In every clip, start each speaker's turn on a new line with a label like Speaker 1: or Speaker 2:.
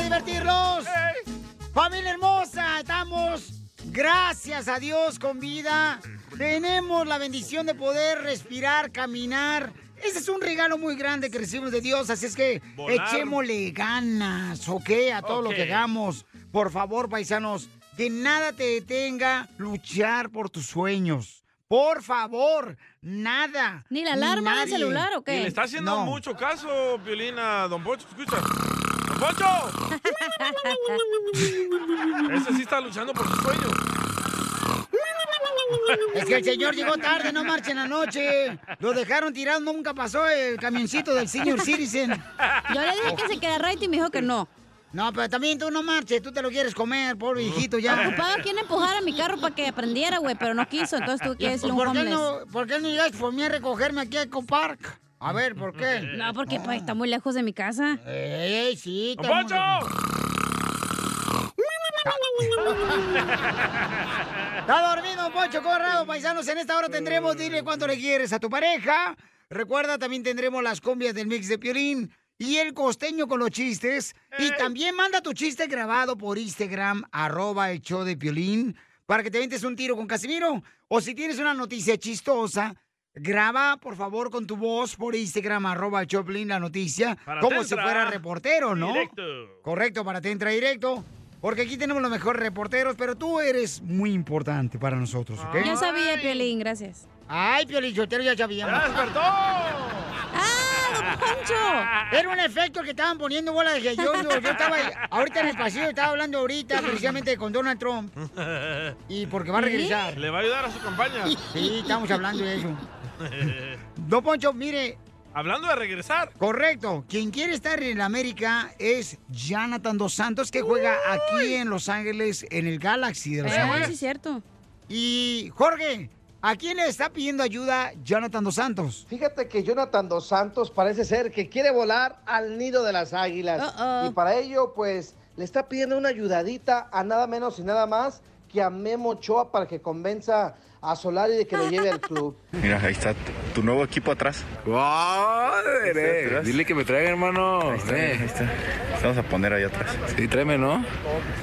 Speaker 1: divertirnos. Familia hermosa, estamos, gracias a Dios, con vida. Tenemos la bendición de poder respirar, caminar. Ese es un regalo muy grande que recibimos de Dios, así es que
Speaker 2: Volar.
Speaker 1: echémosle ganas, ¿ok? A todo
Speaker 2: Ok.
Speaker 1: lo que hagamos. Por favor, paisanos, que nada te detenga luchar por tus sueños. Por favor, nada.
Speaker 3: ¿Ni la alarma del
Speaker 1: nadie.
Speaker 3: celular o qué?
Speaker 1: Y
Speaker 3: le
Speaker 4: está haciendo
Speaker 1: No.
Speaker 4: mucho caso, Piolina, Don Poncho. Escucha. ¡Don Poncho! Ese sí está luchando por sus sueños.
Speaker 1: Es que el señor llegó tarde, no marchen anoche. Lo dejaron tirado, nunca pasó el camioncito del senior citizen.
Speaker 3: Yo le dije que se quedara y me dijo que no.
Speaker 1: No, pero también tú no marches, tú te lo quieres comer, pobre hijito ya.
Speaker 3: Ocupaba quien empujara mi carro para que aprendiera, güey, pero no quiso, entonces tuve que decirle un
Speaker 1: pues, ¿Por qué,
Speaker 3: homeless.
Speaker 1: no, ¿Por qué no llegaste por mí a recogerme aquí a Eco Park? A ver, ¿por qué?
Speaker 3: No, porque pues, está muy lejos de mi casa.
Speaker 1: ¡Ey, sí!
Speaker 3: ¡Don
Speaker 1: estamos- Está dormido, Pocho Corrado, paisanos. En esta hora tendremos, dile cuánto le quieres a tu pareja. Recuerda, también tendremos las cumbias del mix de Piolín y el costeño con los chistes. Y también manda tu chiste grabado por Instagram, arroba el show de Piolín, para que te ventes un tiro con Casimiro. O si tienes una noticia chistosa, graba, por favor, con tu voz por Instagram, arroba el show de Piolín, la noticia,
Speaker 2: Para
Speaker 1: como si
Speaker 2: Tentra.
Speaker 1: fuera reportero, ¿no?
Speaker 2: Directo.
Speaker 1: Correcto, para Tentra Directo. Porque aquí tenemos los mejores reporteros, pero tú eres muy importante para nosotros, ¿ok?
Speaker 3: Yo sabía, Piolín, gracias.
Speaker 1: Ay, Piolín, Sotelo, ya sabíamos.
Speaker 3: ¡Ya
Speaker 2: despertó!
Speaker 1: ¡Ah, Poncho! Era un efecto que estaban poniendo bola de gallo. Yo estaba ahorita en el pasillo, estaba hablando ahorita precisamente con Donald Trump. Y porque va a regresar.
Speaker 4: Le va a ayudar a su campaña.
Speaker 1: Sí, estamos hablando de eso. Don Poncho, mire.
Speaker 4: Hablando de regresar.
Speaker 1: Correcto. Quien quiere estar en la América es Jonathan Dos Santos, que juega aquí en Los Ángeles, en el Galaxy de Los
Speaker 3: Ah,
Speaker 1: Ángeles.
Speaker 3: sí, cierto.
Speaker 1: Y Jorge, ¿a quién le está pidiendo ayuda Jonathan Dos Santos?
Speaker 5: Fíjate que Jonathan Dos Santos parece ser que quiere volar al nido de las águilas.
Speaker 3: Uh-oh.
Speaker 5: Y para ello, pues, le está pidiendo una ayudadita a nada menos y nada más que a Memo Ochoa para que convenza a Solari de que lo lleve al club.
Speaker 6: Mira, ahí está tu, tu nuevo equipo atrás.
Speaker 7: Dile que me traiga, hermano. Ahí está, ahí está. Vamos a poner ahí atrás. Sí, tráeme, ¿no?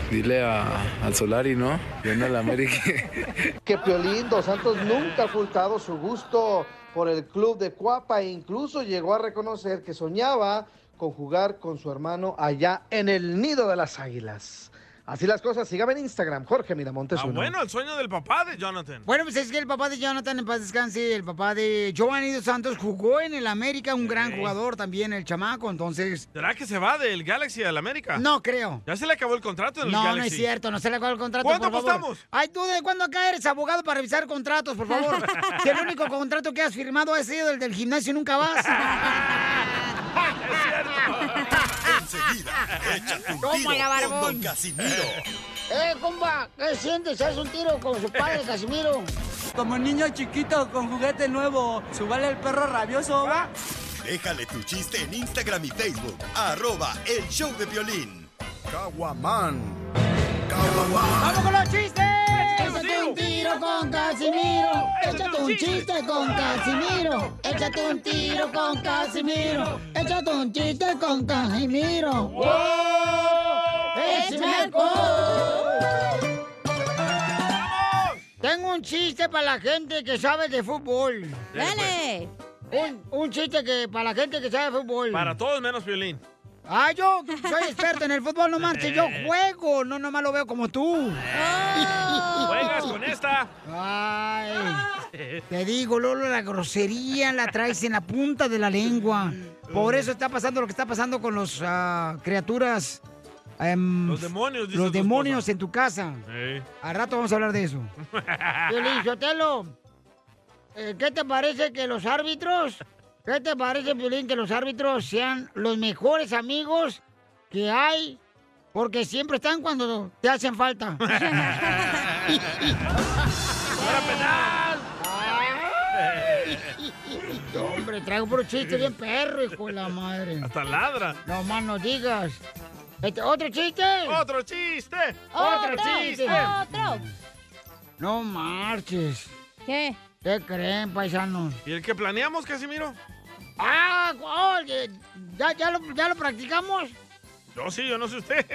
Speaker 7: Dile a, al Solari, ¿no? Viene a la América.
Speaker 5: que Piolín Dos Santos nunca ha ocultado su gusto por el club de Cuapa e incluso llegó a reconocer que soñaba con jugar con su hermano allá en el nido de las águilas. Así las cosas, sígame en Instagram, Jorge Miramontes
Speaker 4: Ah,
Speaker 5: uno.
Speaker 4: bueno, el sueño del papá de Jonathan.
Speaker 1: Bueno, pues es que el papá de Jonathan, en paz descanse, el papá de Giovanni Dos Santos jugó en el América, un
Speaker 4: Eh.
Speaker 1: gran jugador también, el chamaco, entonces...
Speaker 4: ¿Será que se va del Galaxy al América?
Speaker 1: No creo.
Speaker 4: Ya se le acabó el contrato Ah. en el
Speaker 1: No,
Speaker 4: Galaxy.
Speaker 1: no es cierto, no se le acabó el contrato.
Speaker 4: ¿Cuánto
Speaker 1: por favor.
Speaker 4: apostamos?
Speaker 1: Ay, tú de cuándo acá eres abogado para revisar contratos, por favor. que el único contrato que has firmado ha sido el del gimnasio y nunca vas.
Speaker 8: Enseguida, échate un
Speaker 1: Toma la
Speaker 8: tiro con
Speaker 1: barbón.
Speaker 8: Don Casimiro.
Speaker 1: ¡Eh, compa! ¿Qué sientes? ¿Haz un tiro con su padre, Casimiro?
Speaker 9: Como niño chiquito con juguete nuevo, subale el perro rabioso, ¿va?
Speaker 8: Déjale tu chiste en Instagram y Facebook. Arroba el show de violín. Caguaman.
Speaker 1: ¡Vamos con los chistes! Échate un tiro con Casimiro. Échate un chiste con Casimiro. Échate un tiro con Casimiro. Échate un chiste con Casimiro. ¡Wow!
Speaker 2: ¡Échame
Speaker 1: Tengo un chiste para la gente que sabe de fútbol.
Speaker 4: Dale.
Speaker 9: pues.
Speaker 1: Un, un chiste que para la gente que sabe de fútbol.
Speaker 4: Para todos menos Piolín.
Speaker 1: Ah, yo soy experto en el fútbol, no manches, yo
Speaker 9: Eh.
Speaker 1: juego, no nomás lo veo como tú.
Speaker 4: Juegas con esta.
Speaker 1: Ay, te digo, Lolo, la grosería la traes en la punta de la lengua. Por eso está pasando lo que está pasando con las criaturas. em,
Speaker 4: Los demonios, dice
Speaker 1: Los
Speaker 4: tu
Speaker 1: demonios en tu casa.
Speaker 4: Ey.
Speaker 1: Al rato vamos a hablar de eso. Piolín Sotelo, eh, ¿qué te parece que los árbitros, qué te parece, Piolín, que los árbitros sean los mejores amigos que hay? Porque siempre están cuando te hacen falta.
Speaker 2: ¡Ahora penal!
Speaker 1: No, hombre, traigo por chiste bien perro, hijo de la madre.
Speaker 4: Hasta ladra.
Speaker 1: No más no digas. Este, ¿Otro chiste?
Speaker 4: ¡Otro chiste!
Speaker 1: ¡Otro chiste!
Speaker 3: ¡Otro!
Speaker 1: No marches.
Speaker 3: ¿Qué?
Speaker 1: ¿Qué creen, paisanos?
Speaker 4: ¿Y el que planeamos, Casimiro?
Speaker 1: oh, ¡Ah! oye, ¿ya, ya, lo, ¿Ya lo practicamos?
Speaker 4: No, sí, yo no sé usted.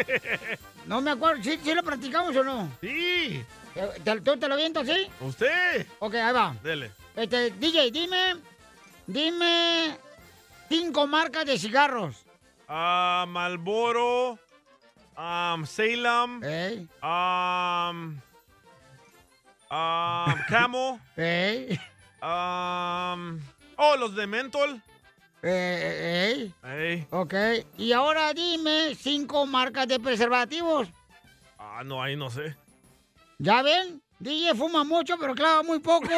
Speaker 1: No me acuerdo. ¿Sí, sí lo practicamos o no?
Speaker 4: Sí.
Speaker 1: ¿Te, tú te lo avientas, sí?
Speaker 4: ¿Usted?
Speaker 1: Ok, ahí va.
Speaker 4: Dele.
Speaker 1: Este, DJ, dime. Dime. Cinco marcas de cigarros.
Speaker 4: Ah, Malboro. um, Salem. um, um, Camel.
Speaker 1: Ey.
Speaker 4: um, oh, los de Mentol.
Speaker 1: Eh, eh,
Speaker 4: Ey.
Speaker 1: Ok. Y ahora dime cinco marcas de preservativos.
Speaker 4: Ah, no, ahí no sé.
Speaker 1: ¿Ya ven? DJ fuma mucho, pero clava muy poco.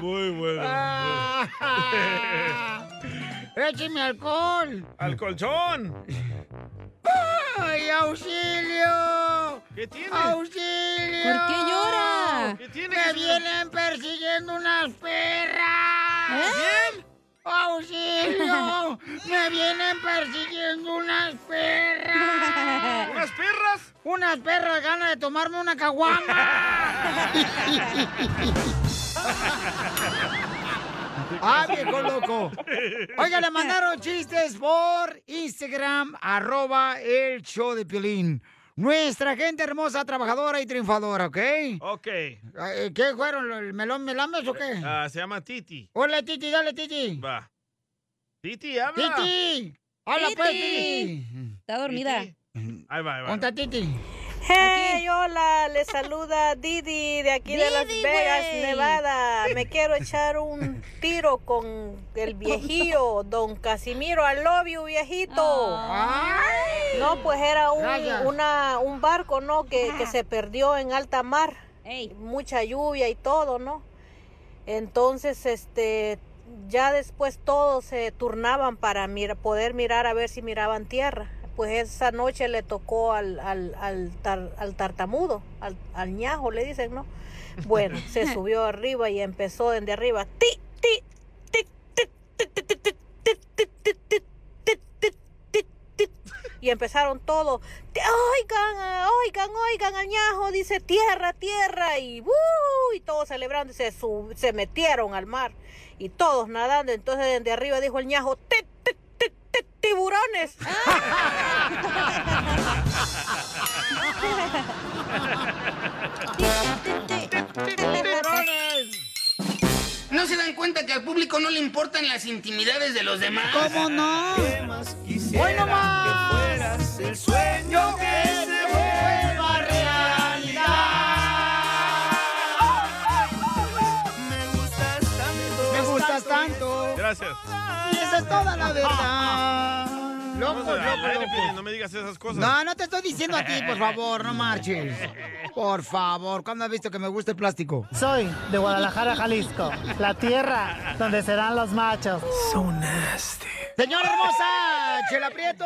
Speaker 4: Muy bueno.
Speaker 1: Ah. ¡Écheme alcohol!
Speaker 4: ¡Al colchón!
Speaker 1: ¡Ay, auxilio!
Speaker 4: ¿Qué tiene?
Speaker 1: ¡Auxilio!
Speaker 2: ¿Por qué llora?
Speaker 1: ¿Qué
Speaker 2: ¿Qué
Speaker 1: tiene?
Speaker 2: tiene,
Speaker 1: ¡Me
Speaker 2: Jesús?
Speaker 1: vienen persiguiendo unas perras!
Speaker 2: ¿Eh?
Speaker 1: ¡Auxilio! ¡Me vienen persiguiendo unas perras!
Speaker 4: ¿Unas perras?
Speaker 1: ¡Unas perras ganas de tomarme una caguama! ¡Ah, viejo loco! Oiga, le mandaron chistes por Instagram, arroba el show de Piolín. Nuestra gente hermosa, trabajadora y triunfadora, ¿ok?
Speaker 4: Ok.
Speaker 1: Eh, ¿Qué fueron? ¿El melón melambes o qué?
Speaker 4: Ah, se llama Titi.
Speaker 1: Hola, Titi, dale, Titi.
Speaker 4: Va. Titi, habla.
Speaker 1: Titi. Hola,
Speaker 4: Titi.
Speaker 1: pues, Titi.
Speaker 10: Está dormida.
Speaker 4: Ahí va, ahí va.
Speaker 1: Ponta, Titi.
Speaker 10: Hey, hola, les saluda Didi de aquí de Las
Speaker 1: Didi,
Speaker 10: Vegas,
Speaker 1: güey.
Speaker 10: Nevada. Me quiero echar un tiro con el viejillo, don Casimiro. I love you, viejito. No, pues era un,
Speaker 2: Gracias.
Speaker 10: una- un barco, ¿no? Que, que se perdió en alta mar. Mucha lluvia y todo, ¿no? Entonces, este, ya después todos se turnaban para mira- poder mirar a ver si miraban tierra. Pues esa noche le tocó al, al, al tar- al tartamudo, al, al ñajo, le dicen, ¿no? Bueno, se subió arriba y empezó desde arriba. ¡Ti, ti, y empezaron todos, "Te- oigan, ah, oigan, oigan, al ñajo dice tierra, tierra, y ¡uh! y todos celebrando, y se, sub- se metieron al mar, y todos nadando, entonces desde arriba dijo el ñajo, "Te- te- te- te- tiburones.
Speaker 11: ¿No se dan cuenta que al público no le importan las intimidades de los demás?
Speaker 1: ¿Cómo no?
Speaker 11: Hoy nomás.
Speaker 2: el sueño que se vuelva realidad. Me gustas tanto.
Speaker 1: Me gustas tanto.
Speaker 4: Gracias.
Speaker 1: Y esa es toda la verdad. Loco,
Speaker 4: Vamos al
Speaker 1: loco,
Speaker 4: aire, Piolín,
Speaker 1: loco.
Speaker 4: No me digas esas cosas.
Speaker 1: No, no te estoy diciendo a ti, por favor, no marches. Por favor, ¿cuándo has visto que me gusta el plástico?
Speaker 12: Soy de Guadalajara, Jalisco, la tierra donde serán los machos. So nasty.
Speaker 1: Señora hermosa, Chela Prieto,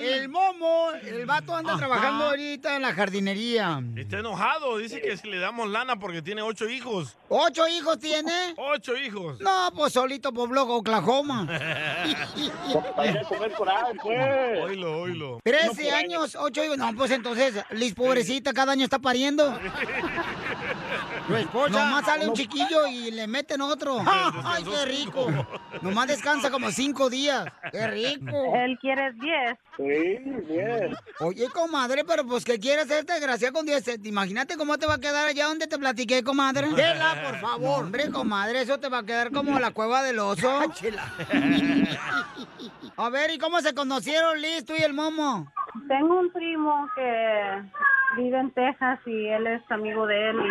Speaker 1: el momo, el vato anda
Speaker 4: Ajá.
Speaker 1: trabajando ahorita en la jardinería.
Speaker 4: Está enojado, dice que si le damos lana porque tiene ocho hijos.
Speaker 1: ¿Ocho hijos tiene?
Speaker 4: Ocho hijos.
Speaker 1: No, pues solito pobló Oklahoma.
Speaker 4: Para comer
Speaker 1: pues.
Speaker 4: Oilo, oilo.
Speaker 1: Trece años, ocho hijos. No, pues entonces, Liz, pobrecita, cada año está pariendo. Tu esposa. Nomás sale un chiquillo y le meten otro. ¡Ay, qué rico! Nomás descansa como cinco días. ¡Qué rico!
Speaker 10: Él quiere diez.
Speaker 1: Sí, bien. Oye, comadre, pero pues ¿qué quieres hacer desgracia con 10? Imagínate cómo te va a quedar allá donde te platiqué, comadre. Vela, por favor. No, hombre, comadre, eso te va a quedar como la cueva del oso. A ver, ¿y cómo se conocieron Liz, tú y el Momo?
Speaker 13: Tengo un primo que vive en Texas y él es amigo de él y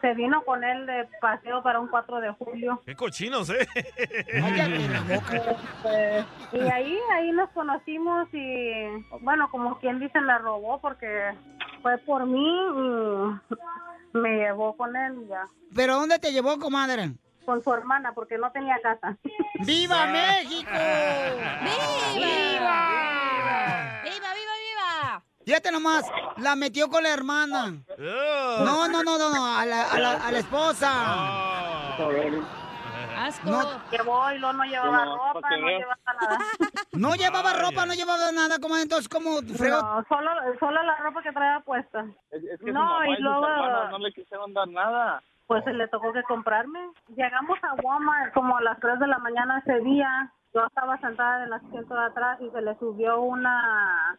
Speaker 13: se vino con él de paseo para un 4 de julio.
Speaker 4: Qué cochinos, ¿eh?
Speaker 13: Este, y ahí, ahí nos conocimos y bueno, como quien dice, me robó porque fue por mí y me llevó con él y ya.
Speaker 1: ¿Pero dónde te llevó, comadre?
Speaker 13: Con su hermana porque no tenía casa.
Speaker 1: ¡Viva México! ¡Viva!
Speaker 3: ¡Viva, viva, viva!
Speaker 1: Fíjate nomás, la metió con la hermana. No, no, no, no, no, a la, a la, a la esposa.
Speaker 3: Asco.
Speaker 1: No.
Speaker 13: Llevó y luego no llevaba
Speaker 1: No,
Speaker 13: ropa,
Speaker 1: para que
Speaker 13: no
Speaker 1: veas.
Speaker 13: llevaba nada.
Speaker 1: No llevaba ropa, no llevaba nada, comadre, entonces ¿cómo fregó?
Speaker 13: No, solo, solo la ropa que traía puesta.
Speaker 14: Es que
Speaker 13: No,
Speaker 14: su mamá
Speaker 13: y
Speaker 14: y, sus
Speaker 13: luego-
Speaker 14: hermanos no le quisieron dar nada.
Speaker 13: pues le tocó que comprarme. Llegamos a Walmart como a las 3 de la mañana ese día. Yo estaba sentada en el asiento de atrás y se le subió una,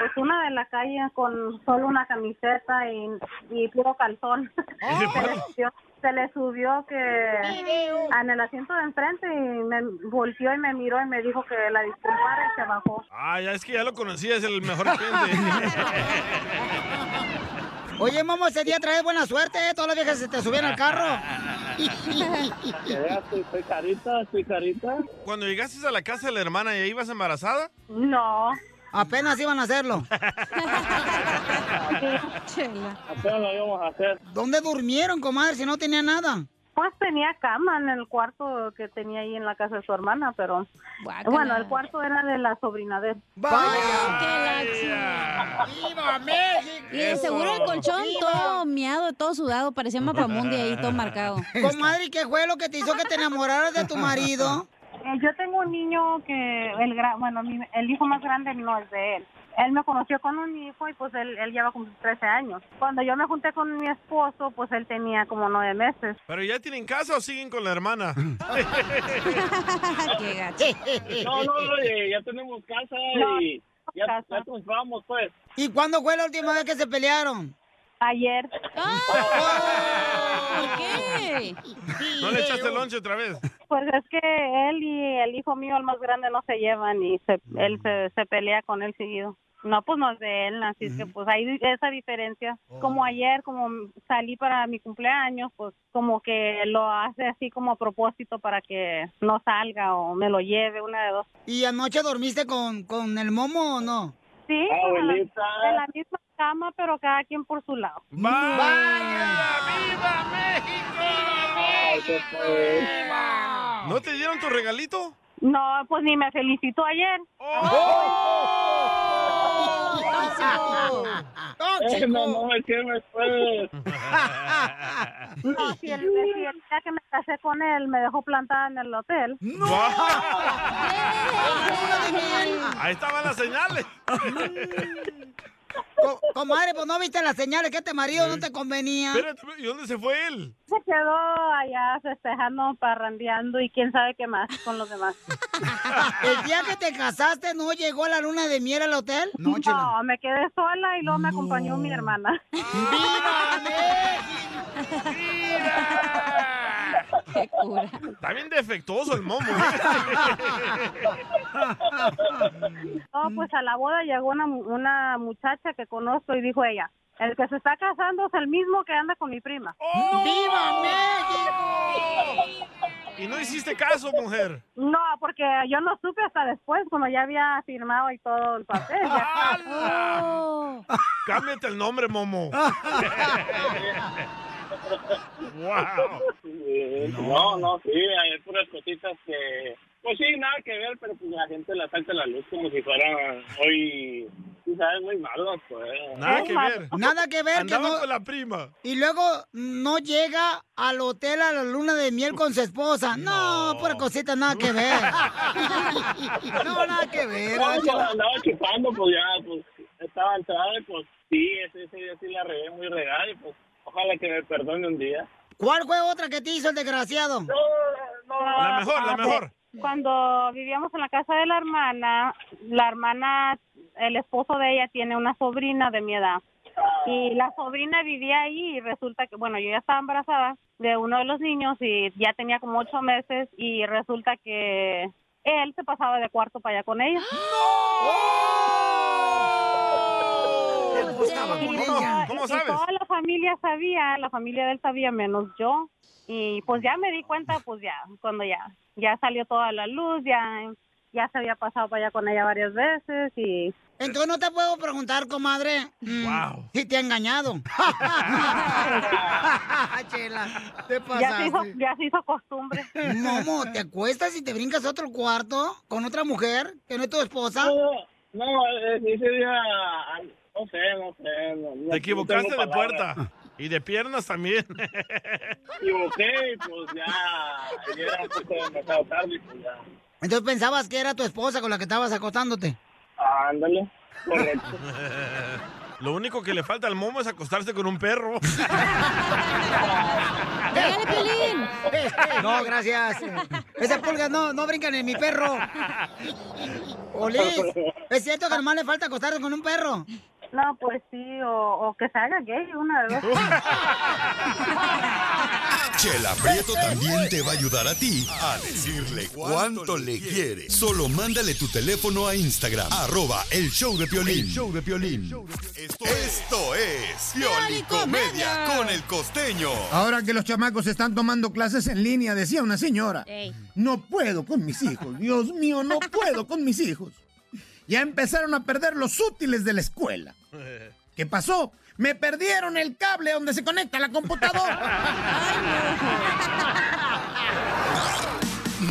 Speaker 13: pues una de la calle con solo una camiseta y, y puro calzón. Se le subió- se le subió que en el asiento de enfrente y me volteó y me miró y me dijo que la disculpara y se bajó.
Speaker 4: Ah, ya es que ya lo conocí, es el mejor cliente.
Speaker 1: Oye, mamá, ese día traes buena suerte, ¿eh? Todas las viejas se te subían al carro.
Speaker 14: Soy carita, soy carita.
Speaker 4: Cuando llegaste a la casa de la hermana, ¿ya ibas embarazada?
Speaker 13: No.
Speaker 1: Apenas iban a hacerlo.
Speaker 14: Apenas lo íbamos a hacer.
Speaker 1: ¿Dónde durmieron, comadre, si no tenía nada?
Speaker 13: Pues tenía cama en el cuarto que tenía ahí en la casa de su hermana, pero
Speaker 1: Guácala.
Speaker 13: bueno, el cuarto era de la sobrina de él.
Speaker 1: ¡Viva México!
Speaker 3: Y de seguro el colchón todo miado, todo sudado, parecía mapamundi ahí, todo marcado.
Speaker 1: Comadre, ¿qué fue lo que te hizo que te enamoraras de tu marido?
Speaker 13: Eh, yo tengo un niño que, el gra- bueno, mi- el hijo más grande no es de él. Él me conoció con un hijo y pues él, él ya va a cumplir 13 años. Cuando yo me junté con mi esposo, pues él tenía como nueve meses.
Speaker 4: ¿Pero ya tienen casa o siguen con la hermana?
Speaker 14: No, no, no, eh, ya tenemos casa
Speaker 1: No,
Speaker 14: y ya, ya triunfamos, pues.
Speaker 1: ¿Y cuándo fue la última vez que se pelearon?
Speaker 13: Ayer.
Speaker 2: Ah.
Speaker 1: ¿Por
Speaker 3: qué?
Speaker 4: ¿No le echaste lonche otra vez?
Speaker 13: Pues es que él y el hijo mío, el más grande, no se llevan y se, él se, se pelea con él seguido. No, pues no es de él, así es que pues hay esa diferencia.
Speaker 14: Oh.
Speaker 13: Como ayer, como salí para mi cumpleaños, pues como que lo hace así como a propósito para que no salga o me lo lleve, una de dos.
Speaker 1: ¿Y anoche dormiste con, con el momo o no?
Speaker 13: Sí,
Speaker 14: Ah,
Speaker 13: pues, en la- en la misma cama, pero cada quien por su lado.
Speaker 4: ¿No te dieron tu regalito?
Speaker 13: No, pues ni me felicitó ayer.
Speaker 14: Ah, Eh, no, no me quemes, pues.
Speaker 13: No, si el, si el día que me casé con él me dejó plantada en el hotel. ¡No!
Speaker 4: Ahí estaban las señales.
Speaker 1: Co- comadre, pues no viste las señales que este marido no te convenía.
Speaker 4: Espérate, ¿y dónde se fue él?
Speaker 13: Se quedó allá festejando, parrandeando y quién sabe qué más con los demás.
Speaker 1: ¿El día que te casaste no llegó a la luna de miel al hotel?
Speaker 13: No, me quedé sola y luego me acompañó mi hermana.
Speaker 3: ¡Qué cura!
Speaker 4: Está bien defectuoso el momo. ¿eh?
Speaker 13: No, pues a la boda llegó una, mu- una muchacha que conozco y dijo ella, el que se está casando es el mismo que anda con mi prima.
Speaker 1: ¡Viva
Speaker 4: México! Y no hiciste caso, mujer.
Speaker 13: No, porque yo no supe hasta después, como ya había firmado y todo el papel. ya-
Speaker 4: Cámbiate el nombre, momo. wow.
Speaker 14: No, no, sí, hay puras cositas que... Pues sí, nada que ver, pero pues la gente la salta a la luz como si fuera hoy... Tú sabes, muy malos, pues.
Speaker 1: Nada que ver.
Speaker 14: Andaba
Speaker 1: que no...
Speaker 14: con
Speaker 4: la prima.
Speaker 1: Y luego no llega al hotel a la luna de miel con su esposa. No, pura cosita, nada que ver. no, nada que ver.
Speaker 14: No, pues,
Speaker 1: Ángela.
Speaker 14: andaba chupando, pues ya, pues estaba entrada y pues sí, ese, ese día sí la regué muy regal y pues ojalá que me perdone un día.
Speaker 1: ¿Cuál fue otra que te hizo el desgraciado?
Speaker 14: La mejor, la mejor.
Speaker 13: Cuando vivíamos en la casa de la hermana, la hermana, el esposo de ella tiene una sobrina de mi edad. Y la sobrina vivía ahí y resulta que, bueno, yo ya estaba embarazada de uno de los niños y ya tenía como ocho meses y resulta que él se pasaba de cuarto para allá con ella. Y toda- y toda la familia sabía, la familia de él sabía menos yo. Y pues ya me di cuenta, pues ya, cuando ya, ya salió toda la luz, ya, ya se había pasado para allá con ella varias veces y...
Speaker 1: Entonces no te puedo preguntar, comadre. Wow. Si te ha engañado. Ah, Chela, te
Speaker 13: Ya se hizo-
Speaker 1: pasaste.
Speaker 13: ya se hizo costumbre.
Speaker 1: Momo, ¿te acuestas y te brincas a otro cuarto con otra mujer que no es tu esposa?
Speaker 14: No, eh, ese día, ay, no sé, no sé. no- no-
Speaker 4: Te equivocaste
Speaker 14: no tengo
Speaker 4: de
Speaker 14: palabras.
Speaker 4: puerta. Y de piernas también.
Speaker 14: Me equivoqué y pues ya, ya era un poco demasiado tarde y pues ya.
Speaker 1: Entonces
Speaker 14: ah,
Speaker 1: pensabas que era tu esposa con la que estabas acostándote.
Speaker 14: Ándale, correcto.
Speaker 4: Lo único que le falta al momo es acostarse con un perro.
Speaker 1: ¡Dale, Pelín! No, gracias. Esas pulgas no, no brincan en mi perro. Olis, ¿es cierto que nomás le falta acostarse con un perro?
Speaker 13: No, pues sí, o, o que se haga gay, una de dos.
Speaker 8: Chela Prieto también te va a ayudar a ti a decirle cuánto le quiere. Solo mándale tu teléfono a Instagram, arroba el show de Piolín.
Speaker 2: El
Speaker 8: show de Esto es Pioli Comedia con el costeño.
Speaker 15: Ahora que los chamacos están tomando clases en línea, decía una señora,
Speaker 1: Eh.
Speaker 15: no puedo con mis hijos, Dios mío, no puedo con mis hijos. Ya empezaron a perder los útiles de la escuela. ¿Qué pasó? Me perdieron el cable donde se conecta la computadora.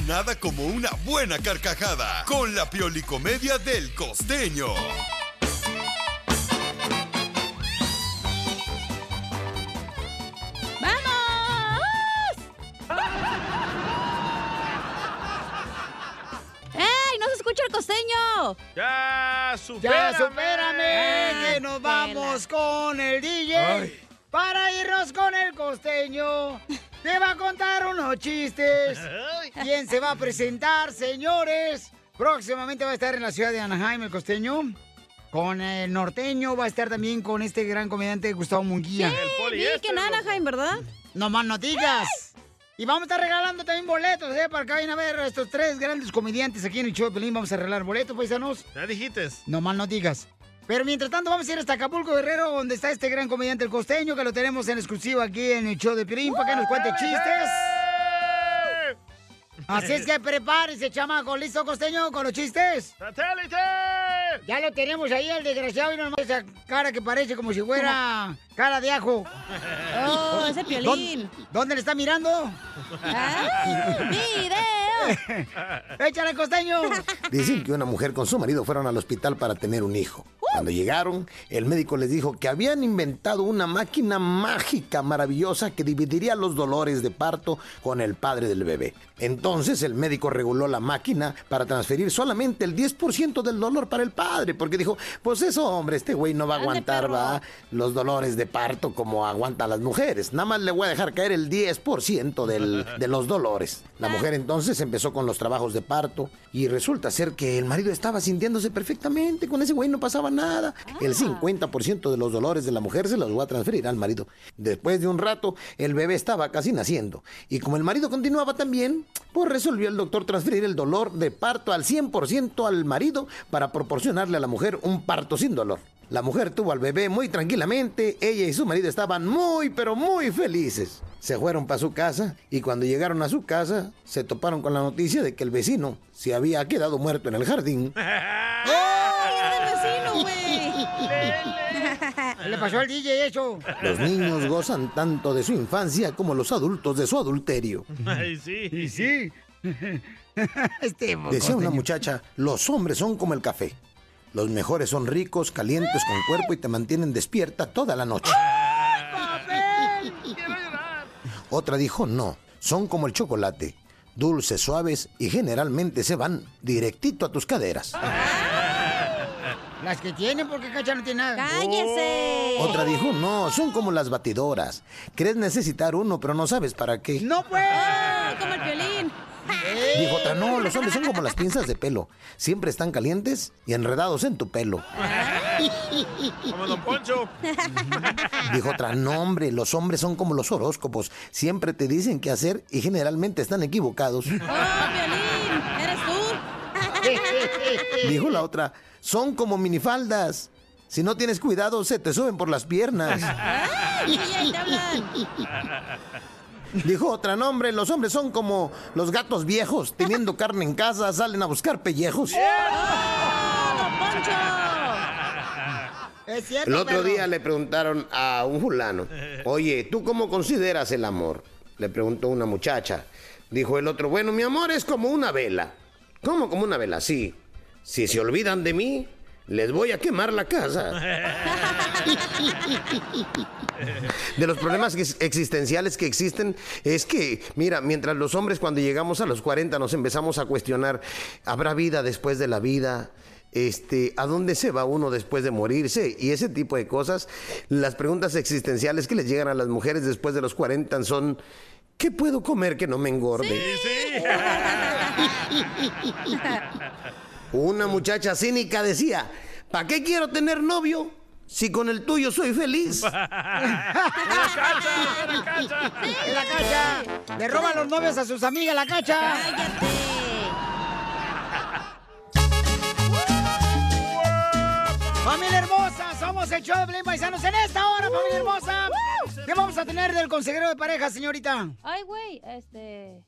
Speaker 8: Nada como una buena carcajada con la Pioli Comedia del costeño.
Speaker 3: ¡Vamos! ¡Ey! ¡No se escucha el costeño!
Speaker 4: ¡Ya!
Speaker 1: ¡Ya supérame! ¡Que nos vamos con el DJ!
Speaker 4: Ay.
Speaker 1: Para irnos con el costeño. Te va a contar unos chistes. ¿Quién se va a presentar, señores? Próximamente va a estar en la ciudad de Anaheim el costeño. Con el norteño va a estar también con este gran comediante Gustavo Munguía.
Speaker 3: Sí, vi
Speaker 4: este,
Speaker 3: que en Anaheim, ¿verdad?
Speaker 1: No más no digas. Y vamos a estar regalando también boletos, ¿eh? Para que vayan a ver a estos tres grandes comediantes aquí en el show de Pelín. Vamos a regalar boletos, paisanos.
Speaker 4: Ya dijiste.
Speaker 1: No mal no digas. Pero mientras tanto, vamos a ir hasta Acapulco Guerrero, donde está este gran comediante el costeño, que lo tenemos en exclusivo aquí en el show de Pelín, para que nos cuente chistes. Así es que prepárese, chamaco. ¿Listo, costeño, con los chistes?
Speaker 4: ¡Satélite!
Speaker 1: Ya lo tenemos ahí, el desgraciado, y nomás esa cara que parece como si fuera cara de ajo.
Speaker 3: Oh, ese Piolín.
Speaker 1: ¿Dónde, dónde le está mirando?
Speaker 3: Ah, ¡Video!
Speaker 1: ¡Échale, costeño!
Speaker 16: Dicen que una mujer con su marido fueron al hospital para tener un hijo. Cuando llegaron, el médico les dijo que habían inventado una máquina mágica maravillosa que dividiría los dolores de parto con el padre del bebé. Entonces el médico reguló la máquina para transferir solamente el 10% del dolor para el padre, porque dijo, pues eso, hombre, este güey no va a aguantar, va, los dolores de parto como aguantan las mujeres. Nada más le voy a dejar caer el 10% del, de los dolores. La mujer entonces empezó con los trabajos de parto y resulta ser que el marido estaba sintiéndose perfectamente, con ese güey no pasaba nada. El 50% de los dolores de la mujer se los va a transferir al marido. Después de un rato, el bebé estaba casi naciendo y como el marido continuaba también, pues resolvió el doctor transferir el dolor de parto al 100% al marido para proporcionarle a la mujer un parto sin dolor. La mujer tuvo al bebé muy tranquilamente, ella y su marido estaban muy pero muy felices. Se fueron para su casa y cuando llegaron a su casa se toparon con la noticia de que el vecino se había quedado muerto en el jardín.
Speaker 1: Le pasó al DJ eso.
Speaker 16: Los niños gozan tanto de su infancia como los adultos de su adulterio.
Speaker 4: Ay, sí.
Speaker 1: Y sí. Este
Speaker 16: Decía una muchacha, los hombres son como el café. Los mejores son ricos, calientes con cuerpo y te mantienen despierta toda la noche. Otra dijo, no, son como el chocolate. Dulces, suaves y generalmente se van directito a tus caderas.
Speaker 1: Eh. Las que tienen, porque Cacha no tiene nada.
Speaker 3: ¡Cállese!
Speaker 16: Oh. Otra dijo, no, son como las batidoras. Crees necesitar uno, pero no sabes para qué.
Speaker 1: ¡No, pues!
Speaker 3: Como el violín.
Speaker 16: Dijo otra, no, los hombres son como las pinzas de pelo. Siempre están calientes y enredados en tu pelo.
Speaker 4: Como Don Poncho.
Speaker 16: Dijo otra, no hombre, los hombres son como los horóscopos. Siempre te dicen qué hacer y generalmente están equivocados.
Speaker 3: ¿Eres tú?
Speaker 16: Dijo la otra, son como minifaldas. Si no tienes cuidado, se te suben por las piernas.
Speaker 3: ¡Ay, ahí te hablan!
Speaker 16: Dijo otra, no hombre, los hombres son como los gatos viejos. Teniendo carne en casa, salen a buscar pellejos.
Speaker 3: ¡Oh,
Speaker 1: Es cierto,
Speaker 16: El otro
Speaker 1: perro.
Speaker 16: día le preguntaron a un fulano, oye, ¿tú cómo consideras el amor? Le preguntó una muchacha. Dijo el otro, bueno, mi amor es como una vela. ¿Cómo como una vela? Sí. Si se olvidan de mí, les voy a quemar la casa. De los problemas ex- existenciales que existen es que, mira, mientras los hombres cuando llegamos a los 40 nos empezamos a cuestionar, ¿habrá vida después de la vida? este, a dónde se va uno después de morirse y ese tipo de cosas. Las preguntas existenciales que les llegan a las mujeres después de los 40 son, ¿qué puedo comer que no me engorde? Una muchacha cínica decía, ¿para qué quiero tener novio si con el tuyo soy feliz?
Speaker 1: ¡La cacha! Le roban los novios a sus amigas, la cacha. ¡Familia hermosa! Somos el show de Blin Paisanos en esta hora, familia hermosa. ¿Qué vamos a tener del consejero de pareja, señorita?
Speaker 3: Ay, güey, este.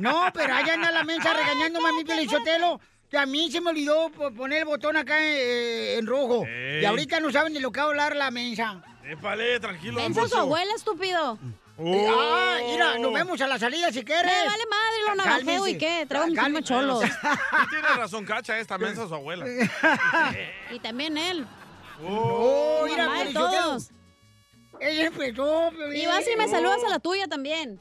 Speaker 1: No, pero allá anda la mensa regañándome a mi pelichotelo. Que a mí se me olvidó po- poner el botón acá eh, en rojo.
Speaker 4: Ey.
Speaker 1: Y ahorita no saben de lo que va a hablar la mensa.
Speaker 4: Épale, tranquilo.
Speaker 3: Mensa
Speaker 4: don
Speaker 3: su
Speaker 4: Poncho.
Speaker 3: abuela, estúpido.
Speaker 4: Oh.
Speaker 1: Ah, mira,
Speaker 3: Oh.
Speaker 1: nos vemos a la salida si quieres.
Speaker 3: Me vale madre lo navajeo
Speaker 1: Cálmese.
Speaker 3: y qué, traigo un
Speaker 1: Cálmese.
Speaker 3: clima cholos.
Speaker 4: Sí tiene razón, cacha, esta mensa su abuela.
Speaker 3: y también él.
Speaker 4: Oh.
Speaker 1: Oh, mira,
Speaker 3: Mamá de
Speaker 1: Piolichotelo.
Speaker 3: todos.
Speaker 1: Ella empezó,
Speaker 3: Y vas y me saludas a la tuya también.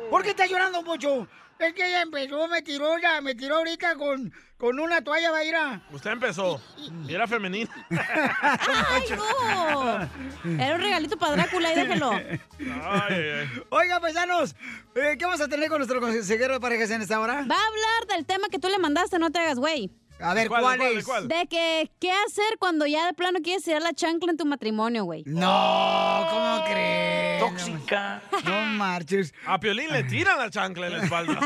Speaker 1: Oh. ¿Por qué estás llorando mucho? Es que ella empezó, me tiró ya, me tiró ahorita con, con una toalla, va a ir a...
Speaker 4: Usted empezó. Y era femenina.
Speaker 3: ¡Ay, no! Era un regalito para Drácula, y déjelo.
Speaker 1: Oiga, pues, ah. paisanos, eh, ¿qué vamos a tener con nuestro consejero de parejas en esta hora?
Speaker 3: Va a hablar del tema que tú le mandaste, no te hagas, güey.
Speaker 1: A ver, ¿Cuál, ¿cuál cuál, es? cuál?
Speaker 3: De que, ¿qué hacer cuando ya de plano quieres tirar la chancla en tu matrimonio, güey?
Speaker 1: No, ¿cómo crees? Tóxica. No marches.
Speaker 4: A Piolín le tiran la chancla en la espalda.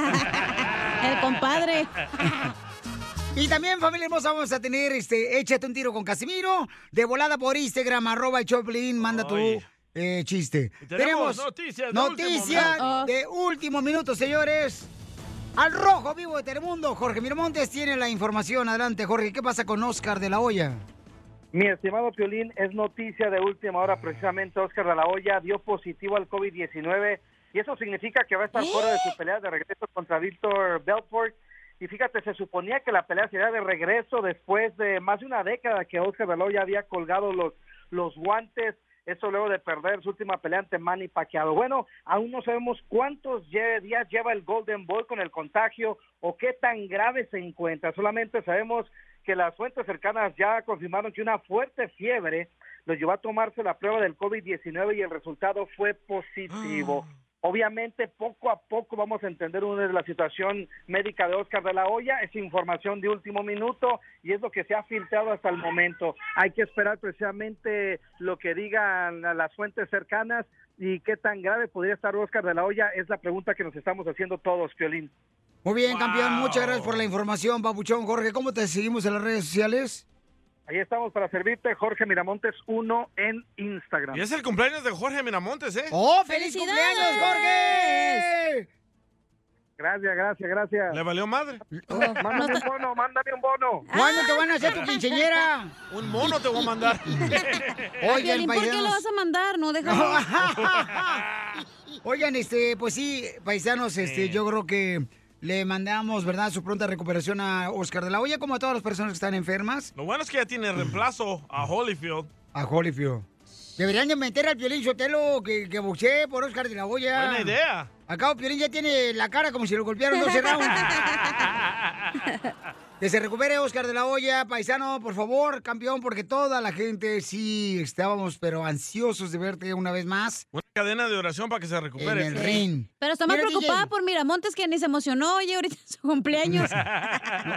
Speaker 3: El compadre.
Speaker 1: Y también, familia hermosa, vamos a tener este Échate un tiro con Casimiro, de volada por Instagram, arroba el Choplin, manda tu eh, chiste.
Speaker 14: Tenemos noticias de
Speaker 1: noticias
Speaker 14: último minuto.
Speaker 1: de último minuto, señores. Al rojo vivo de Telemundo, Jorge Miramontes tiene la información. Adelante, Jorge, ¿qué pasa con Oscar de la Hoya?
Speaker 17: Mi estimado Piolín, es noticia de última hora precisamente. Oscar de la Hoya dio positivo al COVID-19 y eso significa que va a estar fuera de su pelea de regreso contra Víctor Belfort. Y fíjate, se suponía que la pelea sería de regreso después de más de una década que Oscar de la Hoya había colgado los, los guantes. Eso luego de perder su última pelea ante Manny Pacquiao. Bueno, aún no sabemos cuántos lle- días lleva el Golden Boy con el contagio o qué tan grave se encuentra. Solamente sabemos que las fuentes cercanas ya confirmaron que una fuerte fiebre lo llevó a tomarse la prueba del COVID-19 y el resultado fue positivo. Obviamente, poco a poco vamos a entender una de la situación médica de Oscar de la Hoya. Es información de último minuto y es lo que se ha filtrado hasta el momento. Hay que esperar precisamente lo que digan a las fuentes cercanas y qué tan grave podría estar Oscar de la Hoya. Es la pregunta que nos estamos haciendo todos, Piolín.
Speaker 1: Muy bien, campeón, muchas gracias por la información, Papuchón. Jorge, ¿cómo te seguimos en las redes sociales?
Speaker 17: Ahí estamos para servirte, Jorge Miramontes 1 en Instagram.
Speaker 4: Y es el cumpleaños de Jorge Miramontes, ¿eh?
Speaker 1: ¡Oh, feliz cumpleaños, Jorge!
Speaker 17: Gracias, gracias, gracias. Oh.
Speaker 4: ¿Le valió madre?
Speaker 17: Mándame un bono, mándame un bono. Ah,
Speaker 1: ¿Cuándo te van a hacer tu quinceñera?
Speaker 4: Un mono te voy a mandar.
Speaker 3: A
Speaker 1: Oigan,
Speaker 3: Piolín, ¿por qué lo
Speaker 1: paisanos.
Speaker 3: vas a mandar? No, déjalo.
Speaker 1: Oigan, este, pues sí, paisanos, este, yo creo que le mandamos, ¿verdad?, su pronta recuperación a Oscar de la Hoya, como a todas las personas que están enfermas.
Speaker 4: Lo bueno es que ya tiene reemplazo a Holyfield.
Speaker 1: A Holyfield. Deberían de meter al Piolín Sotelo que, que boxee por Oscar de la Hoya.
Speaker 4: Buena idea.
Speaker 1: Acá Piolín ya tiene la cara como si lo golpearon 12 rounds. que se recupere Oscar de la Hoya, paisano, por favor, campeón, porque toda la gente sí estábamos, pero ansiosos de verte una vez más.
Speaker 4: Una cadena de oración para que se recupere.
Speaker 1: En el ring.
Speaker 3: Pero está más
Speaker 1: Mira,
Speaker 3: preocupada
Speaker 1: DJ.
Speaker 3: por Miramontes que ni se emocionó, oye, ahorita es su cumpleaños.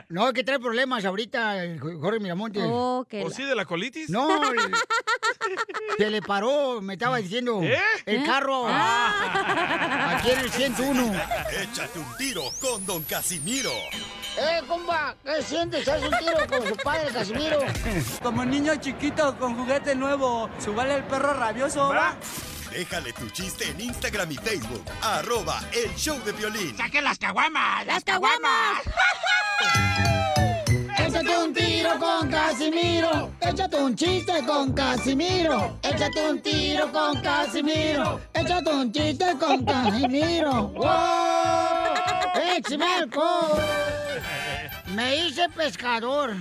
Speaker 1: No, que trae problemas ahorita el Jorge Miramontes.
Speaker 3: Oh,
Speaker 4: ¿O sí de la colitis?
Speaker 1: No, el- se le paró, me estaba diciendo.
Speaker 4: ¿Eh? Ah.
Speaker 1: El carro. Aquí en el 101.
Speaker 8: Échate un tiro con Don Casimiro.
Speaker 1: ¡Eh, compa! ¿Qué sientes? ¿Haz un tiro con su padre, Casimiro?
Speaker 18: Como niño chiquito con juguete nuevo, subale el perro rabioso, ¿va?
Speaker 8: Déjale tu chiste en Instagram y Facebook. Arroba el show de violín.
Speaker 14: ¡Saquen las caguamas! ¡Las caguamas!
Speaker 1: Échate un tiro con Casimiro. Échate un chiste con Casimiro. Échate un tiro con Casimiro. Échate un chiste con Casimiro. ¡Wow! ¡Eh, ¡Échame alcohol! Me hice pescador.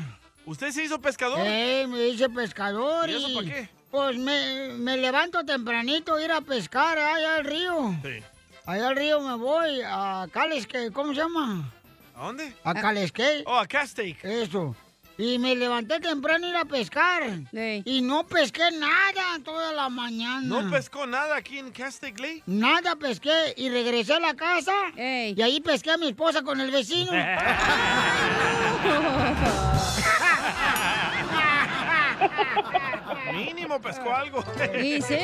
Speaker 4: ¿Usted se hizo pescador?
Speaker 1: Eh, me hice pescador.
Speaker 4: ¿Y eso pa' qué?
Speaker 1: Pues me, me levanto tempranito a ir a pescar allá al río.
Speaker 4: Sí.
Speaker 1: Allá al río me voy, a Cales, que, ¿cómo se llama?
Speaker 4: ¿A dónde?
Speaker 1: A Calesqué.
Speaker 4: Oh, a Castake.
Speaker 1: Eso. Y me levanté temprano a ir a pescar. Y no pesqué nada toda la mañana.
Speaker 4: No pescó nada aquí en Castake Lake.
Speaker 1: Nada pesqué y regresé a la casa. Y ahí pesqué a mi esposa con el vecino.
Speaker 4: Mínimo pescó algo.
Speaker 1: Y Ah. sí.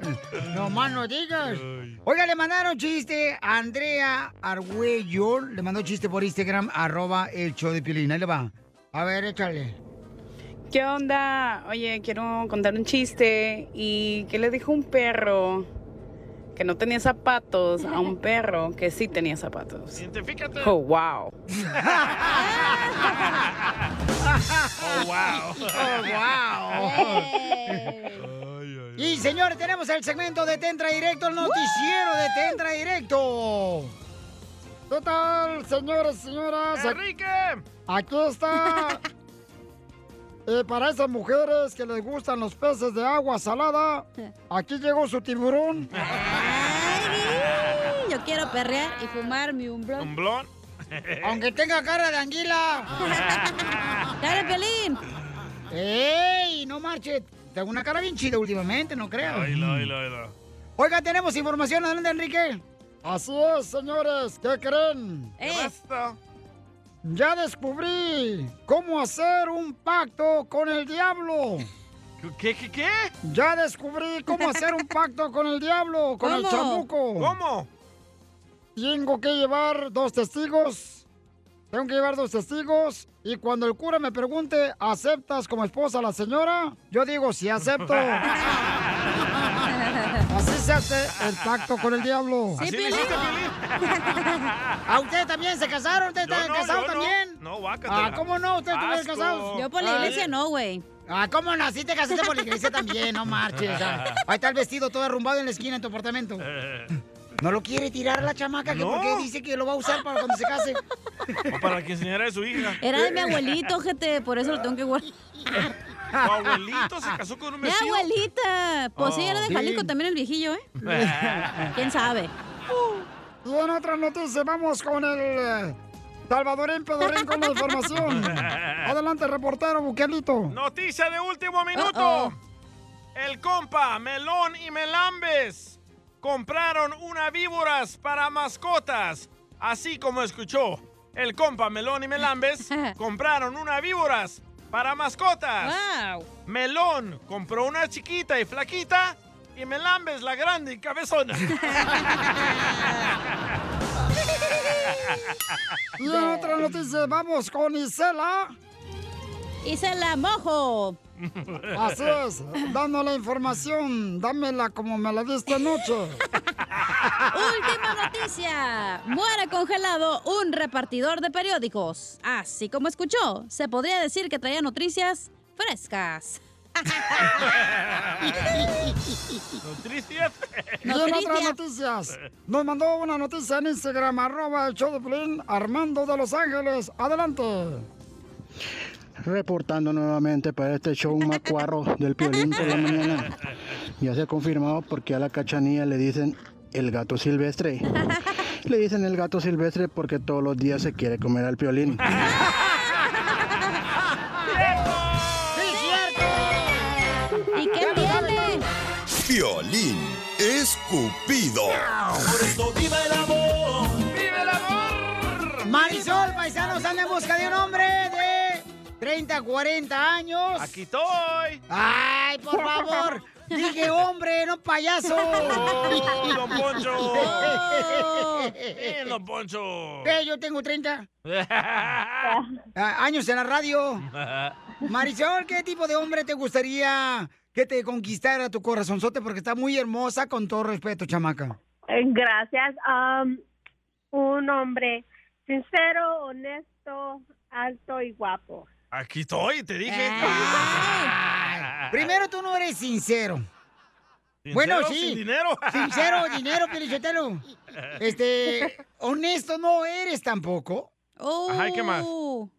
Speaker 1: No más no digas. Oiga, le mandaron chiste a Andrea Argüello. Le mandó chiste por Instagram, arroba el show de Piolín. Ahí le va. A ver, échale.
Speaker 19: ¿Qué onda? Oye, quiero contar un chiste. ¿Y qué le dijo un perro que no tenía zapatos a un perro que sí tenía zapatos?
Speaker 4: Identifícate.
Speaker 19: Oh, wow.
Speaker 4: Oh, wow.
Speaker 1: Oh, wow. Y señores, tenemos el segmento de Tentra Directo, el noticiero de Tentra Directo. Total, señores, señoras.
Speaker 4: Enrique.
Speaker 1: Aquí está. Eh, para esas mujeres que les gustan los peces de agua salada, aquí llegó su tiburón.
Speaker 3: Yo quiero perrear y fumarme un blon.
Speaker 4: ¿Un blon?
Speaker 1: Aunque tenga cara de anguila. ¡Dale, Pelín! ¡Ey! No marche. Tengo una cara bien chida últimamente, no creo.
Speaker 4: Oílo, oílo, oílo.
Speaker 1: Oiga, tenemos información. Adelante, Enrique. Así es, señores. ¿Qué creen? Ya descubrí cómo hacer un pacto con el diablo.
Speaker 4: ¿Qué, qué, qué?
Speaker 1: Ya descubrí cómo hacer un pacto con el diablo, con el
Speaker 4: ¿Cómo?
Speaker 1: chamuco.
Speaker 4: ¿Cómo?
Speaker 1: Tengo que llevar dos testigos. Tengo que llevar dos testigos. Y cuando el cura me pregunte, ¿aceptas como esposa a la señora? Yo digo, sí, acepto. Así se hace el pacto con el diablo.
Speaker 4: ¿Así le hiciste,
Speaker 1: ¿A usted también se casaron? ¿Usted está
Speaker 4: no,
Speaker 1: casado
Speaker 4: yo no.
Speaker 1: también?
Speaker 4: No, guácatela.
Speaker 1: Ah, ¿cómo no? ¿Usted estuvieron
Speaker 4: Asco.
Speaker 1: casados?
Speaker 3: Yo por la iglesia no, güey.
Speaker 1: Ah, ¿cómo no? Sí te casaste por la iglesia también, no marches. ah. Ahí está el vestido todo arrumbado en la esquina en tu apartamento. No lo quiere tirar la chamaca, que
Speaker 4: No.
Speaker 1: porque dice que lo va a usar para cuando se case.
Speaker 4: O para que enseñara a su hija.
Speaker 3: Era de mi abuelito, gente, por eso lo tengo que guardar.
Speaker 4: Tu abuelito se casó con un
Speaker 3: Mi
Speaker 4: vecino.
Speaker 3: abuelita. Pues sí, era de
Speaker 4: Oh.
Speaker 3: Jalisco
Speaker 4: Sí.
Speaker 3: también el viejillo, ¿eh? ¿Quién sabe?
Speaker 1: Y en otras noticias, vamos con el eh, Salvadorín Pedorín con la información. Adelante, reportero Buquelito.
Speaker 4: Noticia de último minuto.
Speaker 1: Uh-oh.
Speaker 4: El compa Melón y Melambes compraron una víboras para mascotas. Así como escuchó, el compa Melón y Melambes compraron una víboras para mascotas. Melón compró una chiquita y flaquita y Melambes la grande y cabezona.
Speaker 1: Y en otras noticias, vamos con Isela.
Speaker 3: Y se la mojo.
Speaker 1: Así es, dando la información, dámela como me la diste anoche.
Speaker 3: Última noticia. Muere congelado un repartidor de periódicos. Así como escuchó, se podría decir que traía noticias frescas.
Speaker 4: Noticias.
Speaker 1: Y en otras noticias, nos mandó una noticia en Instagram, arroba el show de Piolín, Armando de Los Ángeles. Adelante.
Speaker 20: reportando nuevamente para este show macuarro del Piolín por la mañana. Ya se ha confirmado porque a la cachanilla le dicen el gato silvestre. Le dicen el gato silvestre porque todos los días se quiere comer al Piolín.
Speaker 3: ¿Y qué tiene?
Speaker 8: Piolín escupido.
Speaker 2: Por eso viva el amor.
Speaker 4: ¡Vive el amor!
Speaker 1: Marisol, paisanos, anda en busca de un hombre de 30, 40 años.
Speaker 4: Aquí estoy.
Speaker 1: Ay, por favor. Dije hombre, no payaso.
Speaker 4: ¡Oh, don Poncho!
Speaker 1: Oh.
Speaker 4: ¡Bien, don Poncho!
Speaker 1: Eh, yo tengo 30 a- Ah, años en la radio. Marisol, ¿qué tipo de hombre te gustaría que te conquistara tu corazonzote? Porque está muy hermosa, con todo respeto, chamaca.
Speaker 21: Eh, Gracias.
Speaker 13: um,
Speaker 21: Am, un hombre sincero, honesto, alto y guapo.
Speaker 4: Aquí estoy, te dije.
Speaker 1: Primero, tú no eres sincero.
Speaker 4: ¿Sincero
Speaker 1: bueno, sí.
Speaker 4: sin dinero?
Speaker 1: Sincero, dinero, Pelichotelo. Este, honesto no eres tampoco.
Speaker 4: Ajá, ¿y qué más?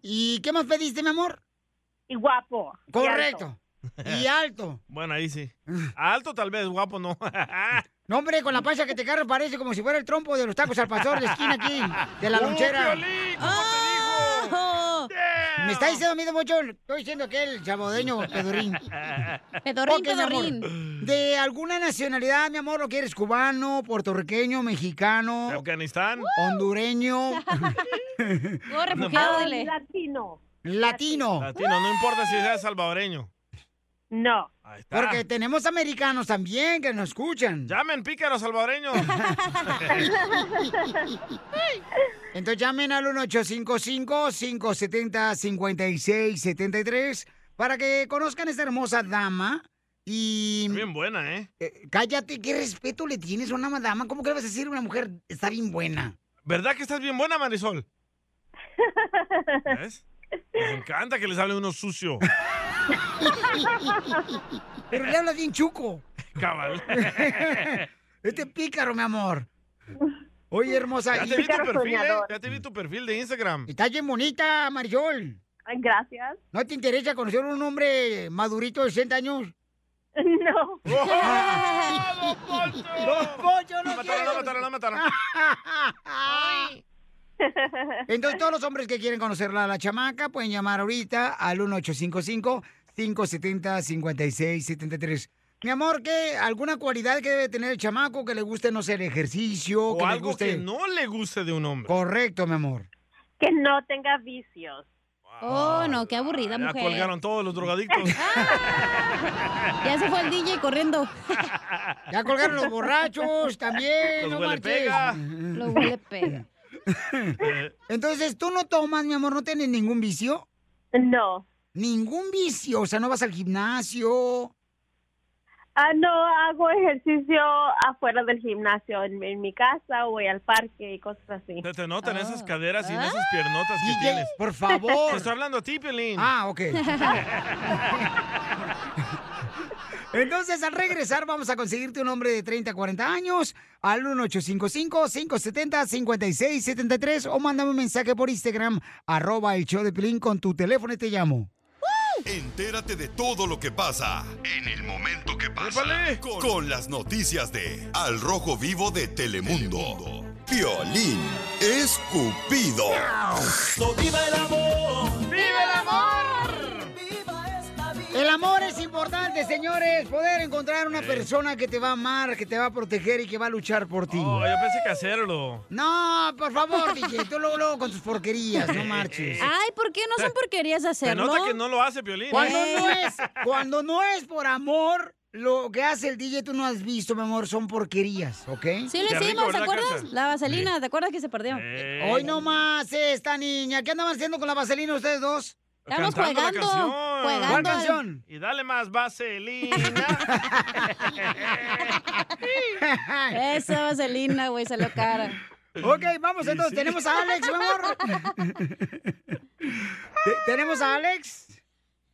Speaker 1: ¿Y qué más pediste, mi amor?
Speaker 21: Y guapo.
Speaker 1: Correcto. Y alto. Ah.
Speaker 4: Bueno, ahí sí. Alto tal vez, guapo no.
Speaker 1: No, hombre, con la panza que te carga parece como si fuera el trompo de los tacos al pastor de esquina aquí, de la
Speaker 2: ¡Oh,
Speaker 1: lonchera.
Speaker 2: Piolín,
Speaker 1: ¡Oh! Me está diciendo miedo mucho, estoy diciendo que el chamodeño pedurín.
Speaker 3: Pedorín,
Speaker 1: Ok, mi amor. De alguna nacionalidad, mi amor, lo que eres cubano, puertorriqueño, mexicano.
Speaker 4: Afganistán.
Speaker 1: Hondureño.
Speaker 21: refugiado, dile. Latino.
Speaker 1: Latino.
Speaker 4: Latino, no importa si sea salvadoreño.
Speaker 21: No.
Speaker 4: está.
Speaker 1: Porque tenemos americanos también que nos escuchan.
Speaker 4: Llamen pícaros salvadoreños.
Speaker 1: Entonces llamen al 1855-570-5673 para que conozcan a esta hermosa dama. Y.
Speaker 4: Bien buena, ¿eh?
Speaker 1: Cállate, qué respeto le tienes a una dama. ¿Cómo que le vas a decir a una mujer está bien buena?
Speaker 4: ¿Verdad que estás bien buena, Marisol? ¿Ves? Les encanta que les hable uno sucio.
Speaker 1: Pero le hablas bien chuco.
Speaker 4: Cabal.
Speaker 1: Este pícaro, mi amor. Oye, hermosa.
Speaker 4: Ya
Speaker 1: y-
Speaker 4: te vi tu perfil, ¿eh? Ya te vi tu perfil de Instagram.
Speaker 1: Estás bien bonita, Marisol.
Speaker 21: Gracias.
Speaker 1: ¿No te interesa conocer un hombre madurito de 60 años?
Speaker 21: No.
Speaker 2: ¡Oh,
Speaker 1: ¡Don Poncho, no
Speaker 2: La mataron,
Speaker 1: quiero!
Speaker 2: la mataron, la mataron.
Speaker 1: Entonces, todos los hombres que quieren conocerla a la chamaca pueden llamar ahorita al 1855-570-5673. Mi amor, ¿qué, ¿alguna cualidad que debe tener el chamaco que le guste, no sé, el ejercicio?
Speaker 4: O
Speaker 1: que le
Speaker 4: algo
Speaker 1: guste...
Speaker 4: que no le guste de un hombre.
Speaker 1: Correcto, mi amor.
Speaker 21: Que no tenga vicios.
Speaker 3: Oh, no, qué aburrida
Speaker 4: Ah, Ya
Speaker 3: mujer.
Speaker 4: colgaron todos los drogadictos.
Speaker 3: Ya se fue el DJ corriendo.
Speaker 1: Ya colgaron los borrachos también.
Speaker 3: Los
Speaker 1: no
Speaker 3: huelepega.
Speaker 1: marches.
Speaker 3: Los huelepega.
Speaker 1: Entonces, ¿tú no tomas, mi amor? ¿No tienes ningún vicio?
Speaker 21: No.
Speaker 1: Ningún vicio, o sea, no vas al gimnasio.
Speaker 21: Ah, no, hago ejercicio afuera del gimnasio, en, en mi casa, o voy al parque y cosas así.
Speaker 4: Se te notan
Speaker 3: Ah.
Speaker 4: esas caderas y en esas piernotas que tienes.
Speaker 1: Por favor.
Speaker 4: Te estoy hablando a ti, Pelín.
Speaker 1: Ah, ok. Entonces, al regresar, vamos a conseguirte un hombre de 30, 40 años al 1855-570-5673 o mándame un mensaje por Instagram, arroba el show de Pilín con tu teléfono y te llamo.
Speaker 8: Entérate de todo lo que pasa en el momento que pasa. Con, con las noticias de Al Rojo Vivo de Telemundo. Violín Escupido.
Speaker 2: ¡Viva el amor!
Speaker 1: ¡Viva el amor! El amor es importante, señores. Poder encontrar una persona que te va a amar, que te va a proteger y que va a luchar por ti.
Speaker 4: Oh, yo pensé que hacerlo.
Speaker 1: No, por favor, DJ, tú luego, luego con tus porquerías, no marches.
Speaker 3: Ay, ¿por qué no son porquerías
Speaker 4: Se
Speaker 3: hacerlo? Eh.
Speaker 4: nota que no lo hace, Piolín. ¿eh?
Speaker 1: Cuando no es, cuando no es por amor, lo que hace el DJ tú no has visto, mi amor, son porquerías, ¿ok?
Speaker 3: Sí lo hicimos, ¿te acuerdas? La vaselina, ¿te acuerdas que se perdió?
Speaker 4: Eh.
Speaker 1: Hoy no más esta niña. ¿Qué andaban haciendo con la vaselina ustedes dos?
Speaker 3: Estamos Cantando la jugando, canción. jugando
Speaker 1: ¿Cuál
Speaker 3: al-
Speaker 1: canción?
Speaker 4: Y dale más vaselina.
Speaker 3: Esa vaselina, güey, salió cara.
Speaker 1: Ok, vamos entonces. Tenemos a Alex, mi amor. Te- ¿Tenemos a Alex?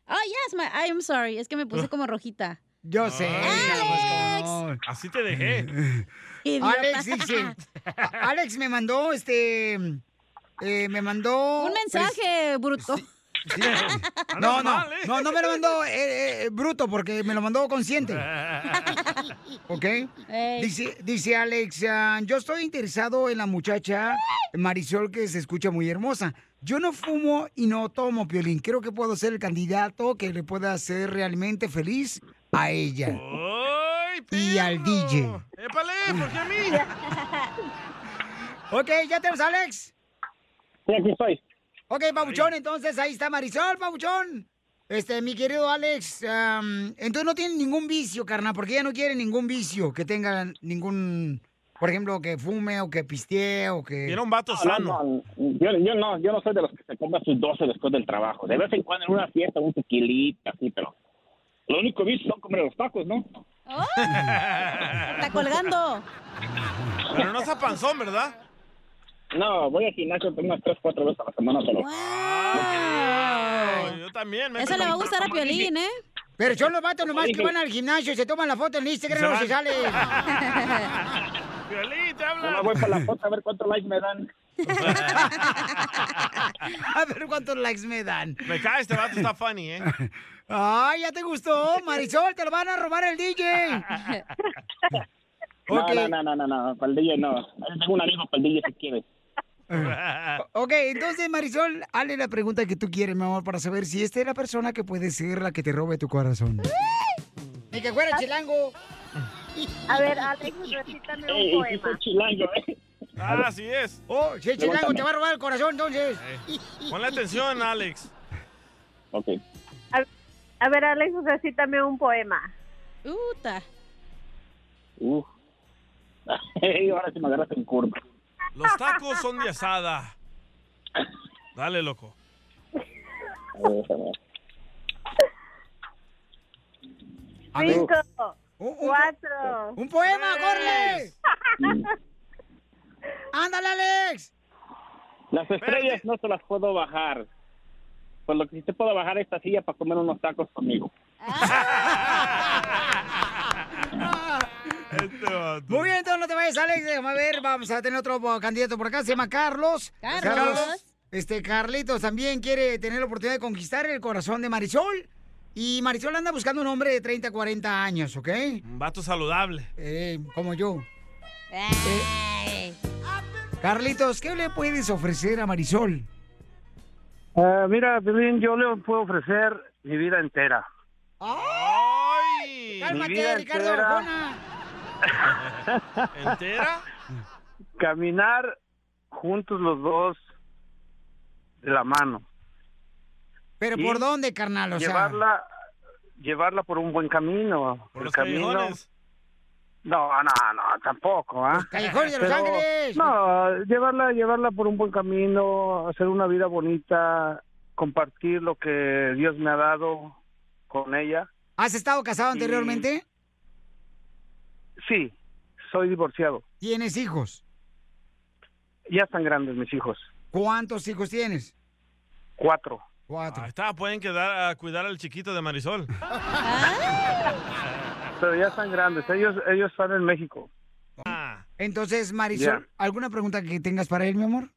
Speaker 3: Oh, yes, my, I'm sorry. Es que me puse como rojita.
Speaker 1: Yo sé.
Speaker 4: pues, Alex. Así te dejé.
Speaker 3: Idiota.
Speaker 1: Alex dice. a- Alex me mandó este. eh, me mandó.
Speaker 3: Un mensaje, bruto.
Speaker 4: Ah,
Speaker 1: No, no, no, no me lo mandó eh, eh, bruto porque me lo mandó consciente. ¿Ok?
Speaker 3: Ey.
Speaker 1: Dice, dice Alex, ah, yo estoy interesado en la muchacha Marisol que se escucha muy hermosa. Yo no fumo y no tomo piolín. Creo que puedo ser el candidato que le pueda hacer realmente feliz a ella. Y al DJ.
Speaker 4: ¡Épale! ¿Por qué a mí?
Speaker 1: Ok, ya tenemos a Alex.
Speaker 14: Sí, aquí estoy.
Speaker 1: Ok, Pabuchón, entonces ahí está Marisol, Pabuchón. Este, mi querido Alex, am, entonces no tiene ningún vicio, carnal, porque ella no quiere ningún vicio, que tenga ningún, por ejemplo, que fume o que pistee o que... Ah,
Speaker 4: Era un vato
Speaker 14: No, no, no. Yo, yo no, yo no soy de los que se compra sus 12 después del trabajo. De vez en cuando en una fiesta, un tequilita, así, pero lo único que visto son comer los tacos, ¿no?
Speaker 3: Está colgando.
Speaker 4: Pero no está panzón, ¿verdad?
Speaker 14: No, voy al gimnasio por unas 3, 4 veces a la semana solo.
Speaker 4: Ay, yo también. Me
Speaker 3: Eso le va a gustar a Piolín, ¿eh?
Speaker 1: Ah. Pero son los vatos nomás que van al gimnasio, se toman la foto en Instagram no se
Speaker 14: Se
Speaker 1: sale.
Speaker 4: Piolín, te
Speaker 14: Ahora voy para la foto a ver cuántos likes me dan.
Speaker 1: A ver cuántos likes me dan.
Speaker 4: Me cae este vato, está funny, ¿eh?
Speaker 1: Ay, ya te gustó, Marisol, te lo van a robar el DJ.
Speaker 14: No,
Speaker 1: Ok.
Speaker 14: no, no, no, no, no, para el DJ no. Ahí Tengo un amigo para el DJ si quieres.
Speaker 1: Ok, entonces Marisol, hazle la pregunta que tú quieres, mi amor, para saber si esta es la persona que puede ser la que te robe tu corazón. Ni que fuera chilango.
Speaker 21: A ver, Alex, recítame
Speaker 1: Ey,
Speaker 21: un
Speaker 1: sí
Speaker 21: poema.
Speaker 1: soy chilango, ¿eh?
Speaker 4: Ah, así es. Eh,
Speaker 1: Oh, si es chilango, te va a robar el corazón, entonces.
Speaker 4: Ponle atención, Alex.
Speaker 14: Ok.
Speaker 21: A, a ver, Alex, recítame un poema.
Speaker 3: Uta.
Speaker 14: Uf. Ey, ahora sí me agarras en curva.
Speaker 4: Los tacos son de asada. Dale, loco.
Speaker 14: A ver, a ver.
Speaker 4: A ver.
Speaker 21: Cinco, cuatro.
Speaker 1: ¡Un poema, corre! ¡Ándale, Alex!
Speaker 14: Las estrellas no se las puedo bajar. Por lo que sí te puedo bajar esta silla para comer unos tacos conmigo.
Speaker 1: Muy bien, entonces no te vayas, Alex. Déjame ver, vamos a tener otro candidato por acá. Se llama Carlos.
Speaker 2: Carlos.
Speaker 1: Este, Carlitos también quiere tener la oportunidad de conquistar el corazón de Marisol. Y Marisol anda buscando un hombre de 30, 40 años, ¿ok?
Speaker 4: Un vato saludable.
Speaker 1: Eh, como yo. Eh, Carlitos, ¿qué le puedes ofrecer a Marisol?
Speaker 17: Ah, mira, Piolín, yo le puedo ofrecer mi vida entera.
Speaker 4: ¡Ay!
Speaker 17: Cálmate, Mi vida Ricardo entera.
Speaker 4: ¿Entera?
Speaker 17: Caminar juntos los dos de la mano.
Speaker 1: ¿Pero
Speaker 17: Y
Speaker 1: por dónde, carnal? O sea,
Speaker 17: llevarla, llevarla por un buen camino. el
Speaker 1: los
Speaker 17: camino.
Speaker 1: callejones.
Speaker 17: No, no, no, tampoco, ¿ah?
Speaker 1: callejones de Los
Speaker 17: Pero,
Speaker 1: Ángeles.
Speaker 17: No, llevarla, llevarla por un buen camino, hacer una vida bonita, compartir lo que Dios me ha dado con ella.
Speaker 1: ¿Has estado casado anteriormente?
Speaker 17: Sí, soy divorciado.
Speaker 1: ¿Tienes hijos?
Speaker 17: Ya están grandes mis hijos.
Speaker 1: ¿Cuántos hijos tienes?
Speaker 17: Cuatro.
Speaker 1: Cuatro.
Speaker 4: Ahí está, pueden quedar a cuidar al chiquito de Marisol.
Speaker 1: Ah.
Speaker 17: Pero ya están grandes. Ellos, ellos están en México.
Speaker 1: Entonces, Marisol,
Speaker 17: Ya.
Speaker 1: ¿alguna pregunta que tengas para él, mi amor?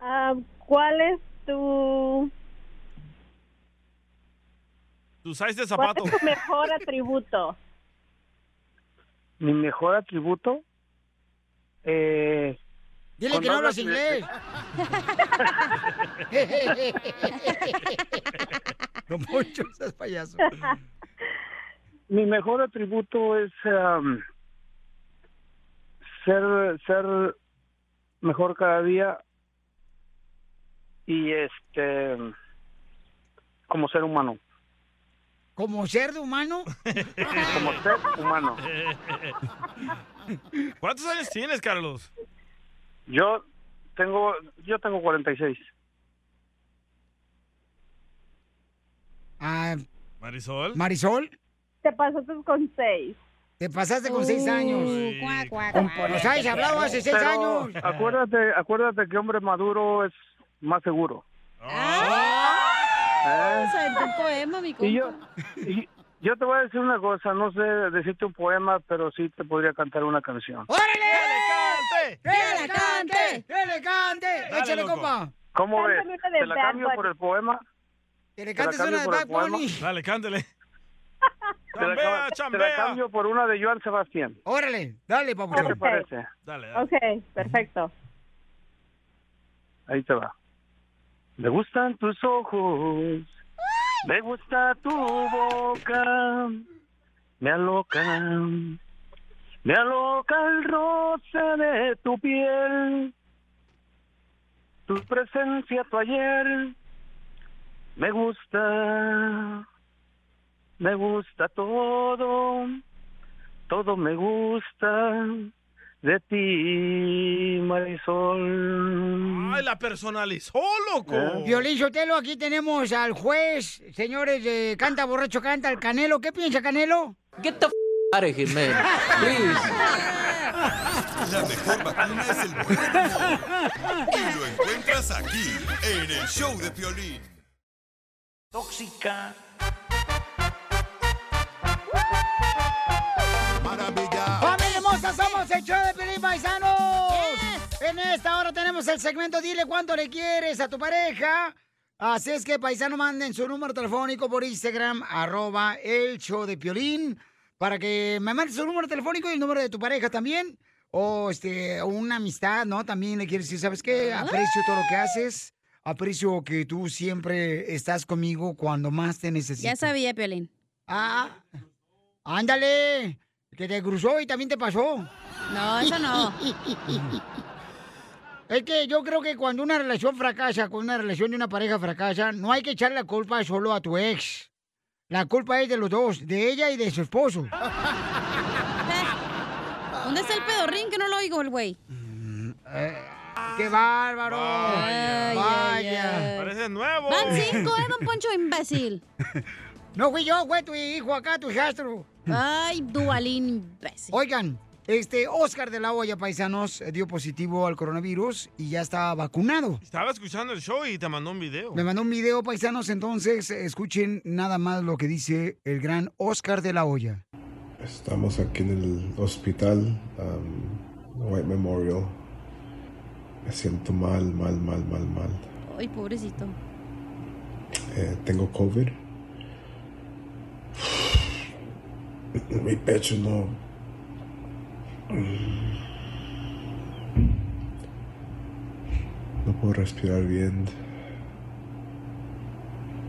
Speaker 21: Ah, ¿Cuál es tu,
Speaker 4: Tu size
Speaker 21: cuál
Speaker 4: de
Speaker 1: Pues,
Speaker 4: zapato.
Speaker 21: es tu mejor atributo?
Speaker 17: Mi mejor atributo. Eh,
Speaker 1: Dile
Speaker 17: cuando
Speaker 1: que no
Speaker 17: hablas
Speaker 1: hablas
Speaker 17: de-
Speaker 1: inglés. no, Poncho, seas payaso.
Speaker 17: mi mejor atributo es am, ser ser mejor cada día y este como ser humano
Speaker 1: ¿Como ser de humano?
Speaker 17: como ser humano
Speaker 4: ¿Cuántos años tienes, Carlos?
Speaker 17: yo tengo yo tengo 46
Speaker 1: Ah,
Speaker 4: Marisol.
Speaker 1: Marisol,
Speaker 21: Te pasaste con seis.
Speaker 1: te pasaste con seis años.
Speaker 17: Uh,
Speaker 1: Nos habéis hablado hace seis
Speaker 17: Pero
Speaker 1: años.
Speaker 17: acuérdate acuérdate que hombre maduro es más seguro ¿Eh?
Speaker 3: Esa es tu poema, mi compa.
Speaker 17: Y yo, y yo te voy a decir una cosa, no sé decirte un poema, pero sí te podría cantar una canción.
Speaker 1: ¡Órale!
Speaker 2: ¡Que le cante!
Speaker 1: ¡Que le cante! ¡Échale, compa!
Speaker 17: ¿Cómo ves?
Speaker 1: Cántame una de
Speaker 17: ¿Te la
Speaker 1: Bad
Speaker 17: cambio
Speaker 1: Bunny.
Speaker 17: por el poema?
Speaker 1: Que le
Speaker 17: ¿Te la
Speaker 1: cantes
Speaker 17: cambio
Speaker 1: una de
Speaker 17: por el
Speaker 1: Bad
Speaker 17: poema?
Speaker 1: Bunny.
Speaker 4: Dale, cántale.
Speaker 17: Te la,
Speaker 4: Chambea,
Speaker 17: ca- te la
Speaker 4: chambea.
Speaker 17: cambio por una de Joan Sebastián.
Speaker 1: Órale, dale, papu.
Speaker 17: ¿Qué te parece?
Speaker 4: Dale, dale.
Speaker 21: Ok, perfecto.
Speaker 17: Ahí te va. Me gustan tus ojos, me gusta tu boca, me aloca, me aloca el roce de tu piel, tu presencia, tu ayer, me gusta, me gusta todo, todo me gusta de ti, Marisol.
Speaker 4: Ay, la personalizó, loco.
Speaker 1: Violín Sotelo, aquí tenemos al juez, señores de Canta Borracho Canta, el Canelo. ¿Qué piensa Canelo? Get the
Speaker 22: Out of here, man. Please.
Speaker 8: La mejor vacuna es el buen humor. Y lo encuentras aquí, en el show de Piolín.
Speaker 2: Tóxica.
Speaker 1: ¡Familia hermosa, somos el show de Pelín Paisanos! En esta hora tenemos el segmento Dile cuánto le quieres a tu pareja. Así es que, paisano, manden su número telefónico por Instagram, arroba el show de Piolín. para que me mandes un número telefónico y el número de tu pareja también. O este, o una amistad, ¿no? También le quieres decir, ¿sabes qué? Aprecio todo lo que haces. Aprecio que tú siempre estás conmigo cuando más te necesito.
Speaker 3: Ya sabía, Piolín.
Speaker 1: Ah, ándale. Que te cruzó y también te pasó.
Speaker 3: No, eso no.
Speaker 1: Es que yo creo que cuando una relación fracasa, cuando una relación de una pareja fracasa, no hay que echar la culpa solo a tu ex. La culpa es de los dos, de ella y de su esposo.
Speaker 3: Eh, ¿Dónde está el pedorrín que no lo oigo, el güey?
Speaker 1: Eh, ¡Qué bárbaro!
Speaker 3: Vaya.
Speaker 1: Vaya.
Speaker 4: Parece nuevo.
Speaker 3: Van cinco, ¿eh, don Poncho, imbécil?
Speaker 1: No fui yo, güey, tu hijo acá, tu hijastro.
Speaker 3: Ay, dualín imbécil.
Speaker 1: Oigan, este Oscar de la Hoya, paisanos, dio positivo al coronavirus y ya está vacunado.
Speaker 4: Estaba escuchando el show y te mandó un video.
Speaker 1: Me mandó un video, paisanos, entonces escuchen nada más lo que dice el gran Oscar de la Hoya.
Speaker 6: Estamos aquí en el hospital um, White Memorial. Me siento mal, mal, mal, mal, mal.
Speaker 3: Ay, pobrecito.
Speaker 6: Eh, tengo COVID. Mi pecho no. Mm. No puedo respirar bien.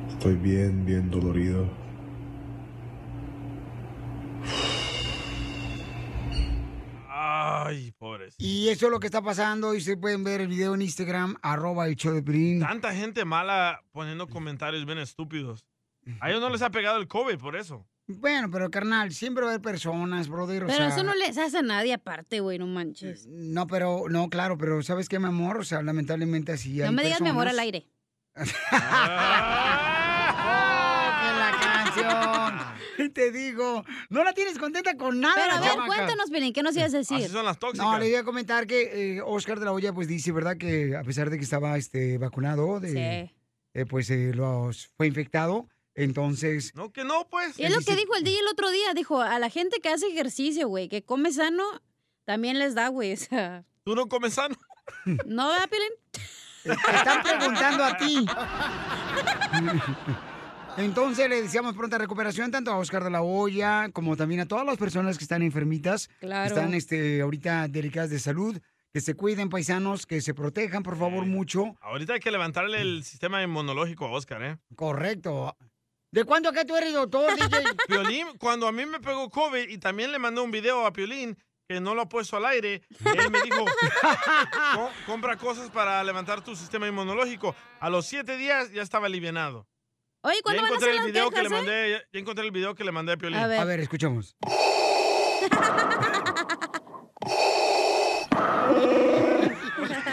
Speaker 6: Estoy bien, bien dolorido.
Speaker 4: Ay, pobres.
Speaker 1: Y eso es lo que está pasando y se pueden ver el video en Instagram, arroba el show de Piolín.
Speaker 4: Tanta gente mala poniendo comentarios bien estúpidos. A ellos no les ha pegado el COVID por eso.
Speaker 1: Bueno, pero carnal, siempre va a haber personas, brother. o
Speaker 3: Pero
Speaker 1: sea,
Speaker 3: eso no les hace a nadie aparte, güey, no manches.
Speaker 1: No, pero, no, claro, pero ¿sabes qué, mi amor? O sea, lamentablemente así hay
Speaker 3: No me digas mi amor al
Speaker 1: personas.
Speaker 3: aire.
Speaker 1: Canción. Te digo, no la tienes contenta con nada.
Speaker 3: Pero a
Speaker 1: la
Speaker 3: ver,
Speaker 1: chamaca.
Speaker 3: cuéntanos, Piolín, ¿qué nos ibas a decir?
Speaker 1: No, le iba a comentar que eh, Oscar de la Hoya pues dice, ¿verdad? Que a pesar de que estaba este, vacunado, de,
Speaker 3: Sí.
Speaker 1: eh, pues eh, los- fue infectado, entonces...
Speaker 4: No, que no, pues.
Speaker 3: Y es lo que dijo el DJ el otro día. Dijo, a la gente que hace ejercicio, güey, que come sano, también les da, güey. O sea,
Speaker 4: ¿Tú no comes sano?
Speaker 3: ¿no, ¿verdad, Piolín?
Speaker 1: Te están preguntando a ti. Entonces le deseamos pronta recuperación tanto a Oscar de la Hoya como también a todas las personas que están enfermitas,
Speaker 3: Claro.
Speaker 1: que están este, ahorita delicadas de salud, que se cuiden paisanos, que se protejan por favor mucho.
Speaker 4: Ahorita hay que levantarle el sistema inmunológico a Oscar, ¿eh?
Speaker 1: Correcto. ¿De cuándo acá tú eres doctor, DJ?
Speaker 4: Piolín, cuando a mí me pegó COVID y también le mandé un video a Piolín que no lo ha puesto al aire, él me dijo, "Co- compra cosas para levantar tu sistema inmunológico. A los siete días ya estaba alivianado.
Speaker 3: Oye, ¿cuándo
Speaker 4: ya
Speaker 3: van a
Speaker 4: encontré
Speaker 3: hacer las
Speaker 4: el video que le
Speaker 3: quejas, eh?
Speaker 4: mandé, ya, ya encontré el video que le mandé a Piolín.
Speaker 1: A ver. A ver, escuchamos.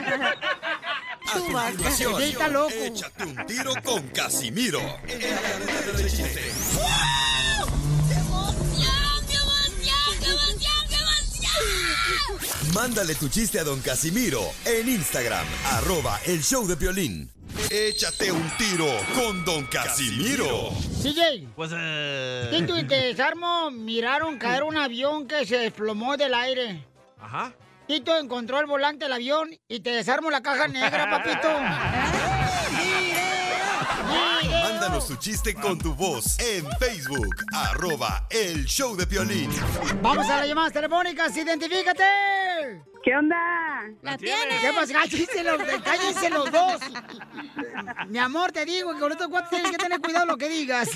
Speaker 8: A continuación,
Speaker 1: Está loco.
Speaker 8: échate un tiro con Casimiro. Mándale tu chiste a don Casimiro en Instagram, arroba el show de violín. Échate un tiro con don Casimiro.
Speaker 1: DJ,
Speaker 4: Pues,
Speaker 1: en tu
Speaker 4: eh...
Speaker 1: desarmo miraron caer un avión que se desplomó del aire.
Speaker 4: Ajá.
Speaker 1: Tito encontró el volante del avión y te desarmo la caja negra, papito.
Speaker 8: Mándanos tu chiste con tu voz en Facebook, arroba el show de violín.
Speaker 1: Vamos a las llamadas telefónicas, identifícate. ¿Qué onda?
Speaker 3: La tienes.
Speaker 1: ¿Qué pasa? Cállense los, cállense los dos. Mi amor, te digo que con estos cuatro tienes que tener cuidado lo que digas.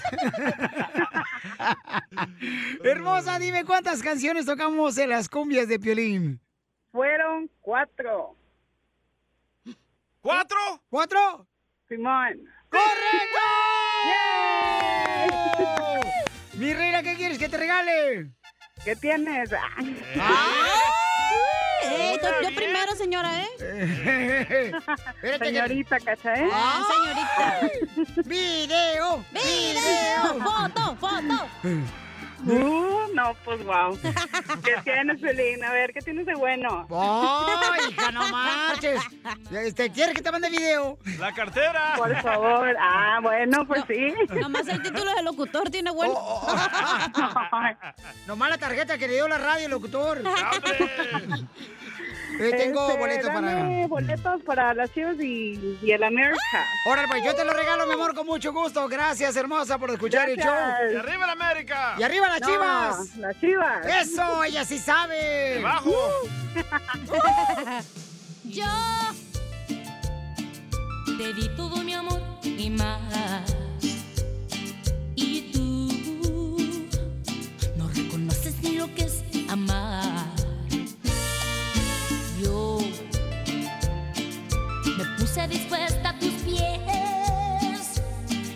Speaker 1: Hermosa, dime cuántas canciones tocamos en las cumbias de Piolín.
Speaker 13: Fueron cuatro.
Speaker 4: ¿Cuatro?
Speaker 1: ¿Cuatro?
Speaker 13: Simón.
Speaker 1: ¡Correcto! Mi reina, ¿qué quieres que te regale?
Speaker 13: ¿Qué tienes?
Speaker 3: Eh, yo, yo primero, señora, ¿eh?
Speaker 13: Señorita, ¿cacha, eh?
Speaker 3: Ah,
Speaker 1: señorita. ¡Video!
Speaker 3: ¡Video! ¡Foto! ¡Foto!
Speaker 13: Uh, no, pues wow. ¿Qué tienes, Pelín? A ver, ¿qué tienes de bueno?
Speaker 1: ¡Ay, hija, no marches! Este, ¿Quieres que te mande video?
Speaker 4: La cartera.
Speaker 13: Por favor. Ah, bueno, pues sí.
Speaker 3: Nomás el título de locutor tiene bueno.
Speaker 1: Oh, Nomás la tarjeta que le dio la radio, el locutor. Eh, tengo
Speaker 13: Este,
Speaker 1: boletos
Speaker 13: dame
Speaker 1: para...
Speaker 13: boletos para las Chivas y, y el América.
Speaker 1: Órale, pues yo te lo regalo, mi amor, con mucho gusto. Gracias, hermosa, por escuchar el
Speaker 13: Gracias.
Speaker 1: show.
Speaker 13: Y
Speaker 4: arriba la América!
Speaker 1: ¡Y arriba las
Speaker 13: No,
Speaker 1: chivas!
Speaker 13: las Chivas.
Speaker 1: ¡Eso! ¡Ella sí sabe! Uh.
Speaker 4: ¡Debajo!
Speaker 5: Yo te di todo mi amor y más. Y tú no reconoces ni lo que es amar. Yo me puse dispuesta a tus pies.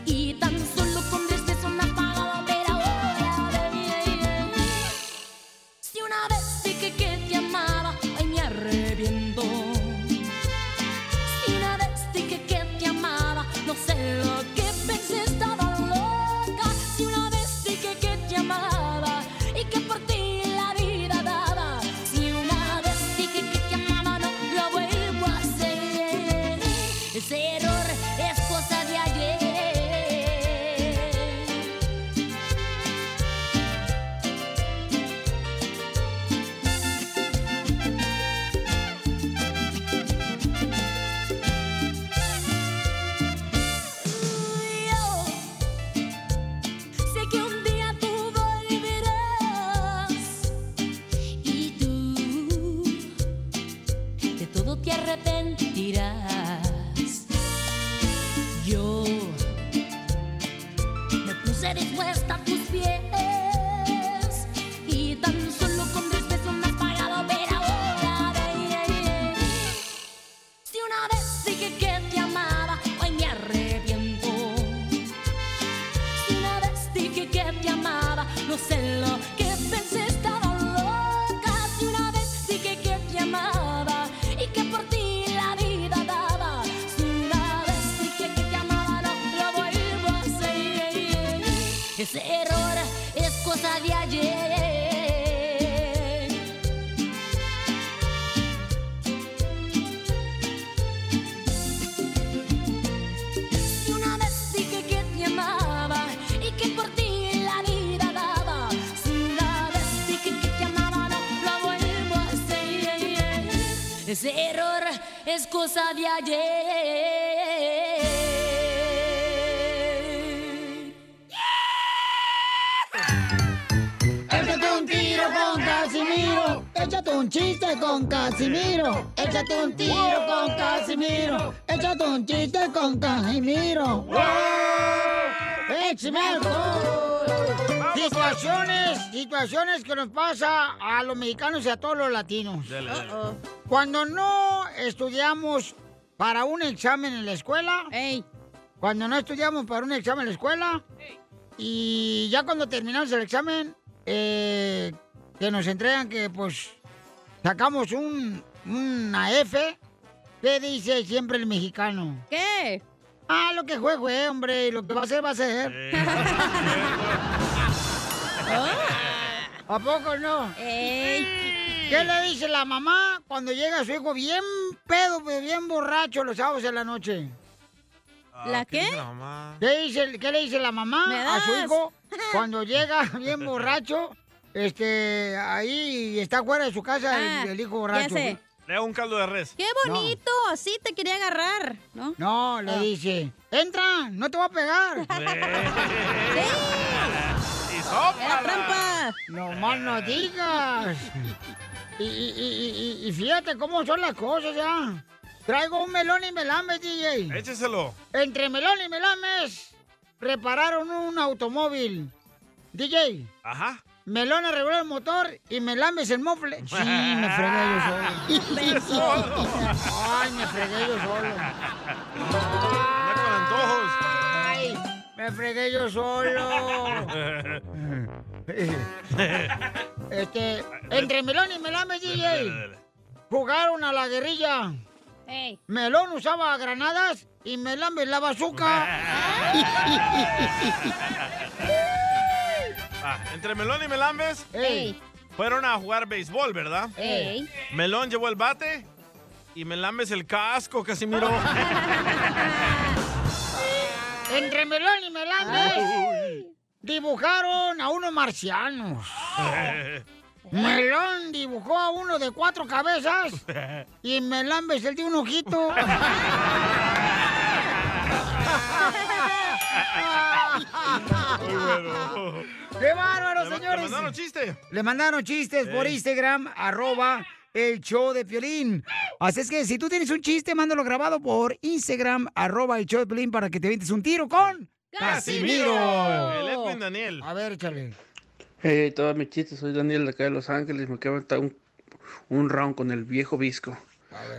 Speaker 5: Y tan solo con tres besos me apagaba, pero ahora bien. Si una vez dije que te amaba, ay me arrepiento. Si una vez dije que te amaba, no sé lo que pensé, estaba loca. Si una vez dije que te amaba y que por ti la vida daba. Si una vez dije que te amaba, no lo vuelvo a hacer. Ese error es cosa de ayer. Yo sé que un día tú volverás y tú de todo te arrepentirás. Yo me puse dispuesta a tus pies y tan solo con tres besos me has pagado, pero ahora ven. Si una vez dije que te amaba, hoy me arrepiento. Si una vez dije que te amaba, no sé lo que pensé, estaba loca. Si una vez dije que te amaba y que por ti la vida daba. Si una vez dije que te amaba, no lo vuelvo a hacer. Ese error es cosa de ayer. Si una vez dije que te amaba y que por ti la vida daba. Si una vez dije que te amaba, no lo vuelvo a hacer. Ese error es cosa de ayer.
Speaker 1: Échate un tiro con Casimiro. Échate un chiste con Casimiro. Échate un tiro con Casimiro. Échate un chiste con Casimiro. ¡Échame alcohol!
Speaker 2: pues!
Speaker 1: Situaciones, situaciones que nos pasa a los mexicanos y a todos los latinos.
Speaker 2: Dale, dale.
Speaker 1: Uh-oh. Cuando no estudiamos para un examen en la escuela. Cuando no estudiamos para un examen en la escuela. Y ya cuando terminamos el examen, eh, que nos entregan que pues sacamos un, una F, ¿qué dice siempre el mexicano? ¿Qué? Ah, lo que fue, fue, hombre, y lo que va a ser, va a ser. ¿A poco no? ¿Qué le dice la mamá cuando llega su hijo bien pedo, bien borracho los sábados en la noche?
Speaker 4: Ah, dice la mamá?
Speaker 1: ¿Qué, dice- qué le dice la
Speaker 4: ¿Me
Speaker 1: mamá a su
Speaker 4: das?
Speaker 1: hijo cuando llega bien borracho? Este, ahí está fuera de su casa el-
Speaker 4: Ah,
Speaker 1: el, hijo borracho.
Speaker 4: Le hago un caldo de res.
Speaker 3: ¡Qué bonito! Así te quería agarrar, ¿no?
Speaker 1: No, le dice, entra, no te voy a pegar.
Speaker 4: ¡Y sóplala!
Speaker 1: No más no digas. Y, y- y- y- y fíjate cómo son las cosas ya. Traigo un melón y melames, DJ.
Speaker 4: Écheselo.
Speaker 1: Entre melón y melames, repararon un automóvil. DJ.
Speaker 4: Ajá.
Speaker 1: Melón arregló el motor y melames el mofle. Sí, me fregué yo solo. Ay, me fregué yo solo. Ay, me fregué yo solo. Este, entre Melón y Melames, DJ, jugaron a la guerrilla. Melón usaba granadas y Melames la bazooka.
Speaker 4: Ah, entre Melón y Melambes
Speaker 1: Ey.
Speaker 4: fueron a jugar béisbol, ¿verdad?
Speaker 2: Ey.
Speaker 4: Melón llevó el bate y Melambes el casco, Casimiro.
Speaker 1: Entre Melón y Melames dibujaron a unos marcianos. Melón dibujó a uno de cuatro cabezas y Melambes el de un ojito. ¡Qué bárbaro,
Speaker 4: Le ma- le
Speaker 1: señores!
Speaker 4: mandaron
Speaker 1: chistes. Le mandaron chistes por
Speaker 4: Sí.
Speaker 1: Instagram, arroba el show de Piolín. Así es que si tú tienes un chiste, mándalo grabado por Instagram, arroba el show de Piolín, para que te ventes un tiro con...
Speaker 4: El Edwin Daniel.
Speaker 1: A ver, échale.
Speaker 22: Hey, todos mis chistes, soy Daniel de acá de Los Ángeles, me acabo de aventar un, un round con el viejo Visco.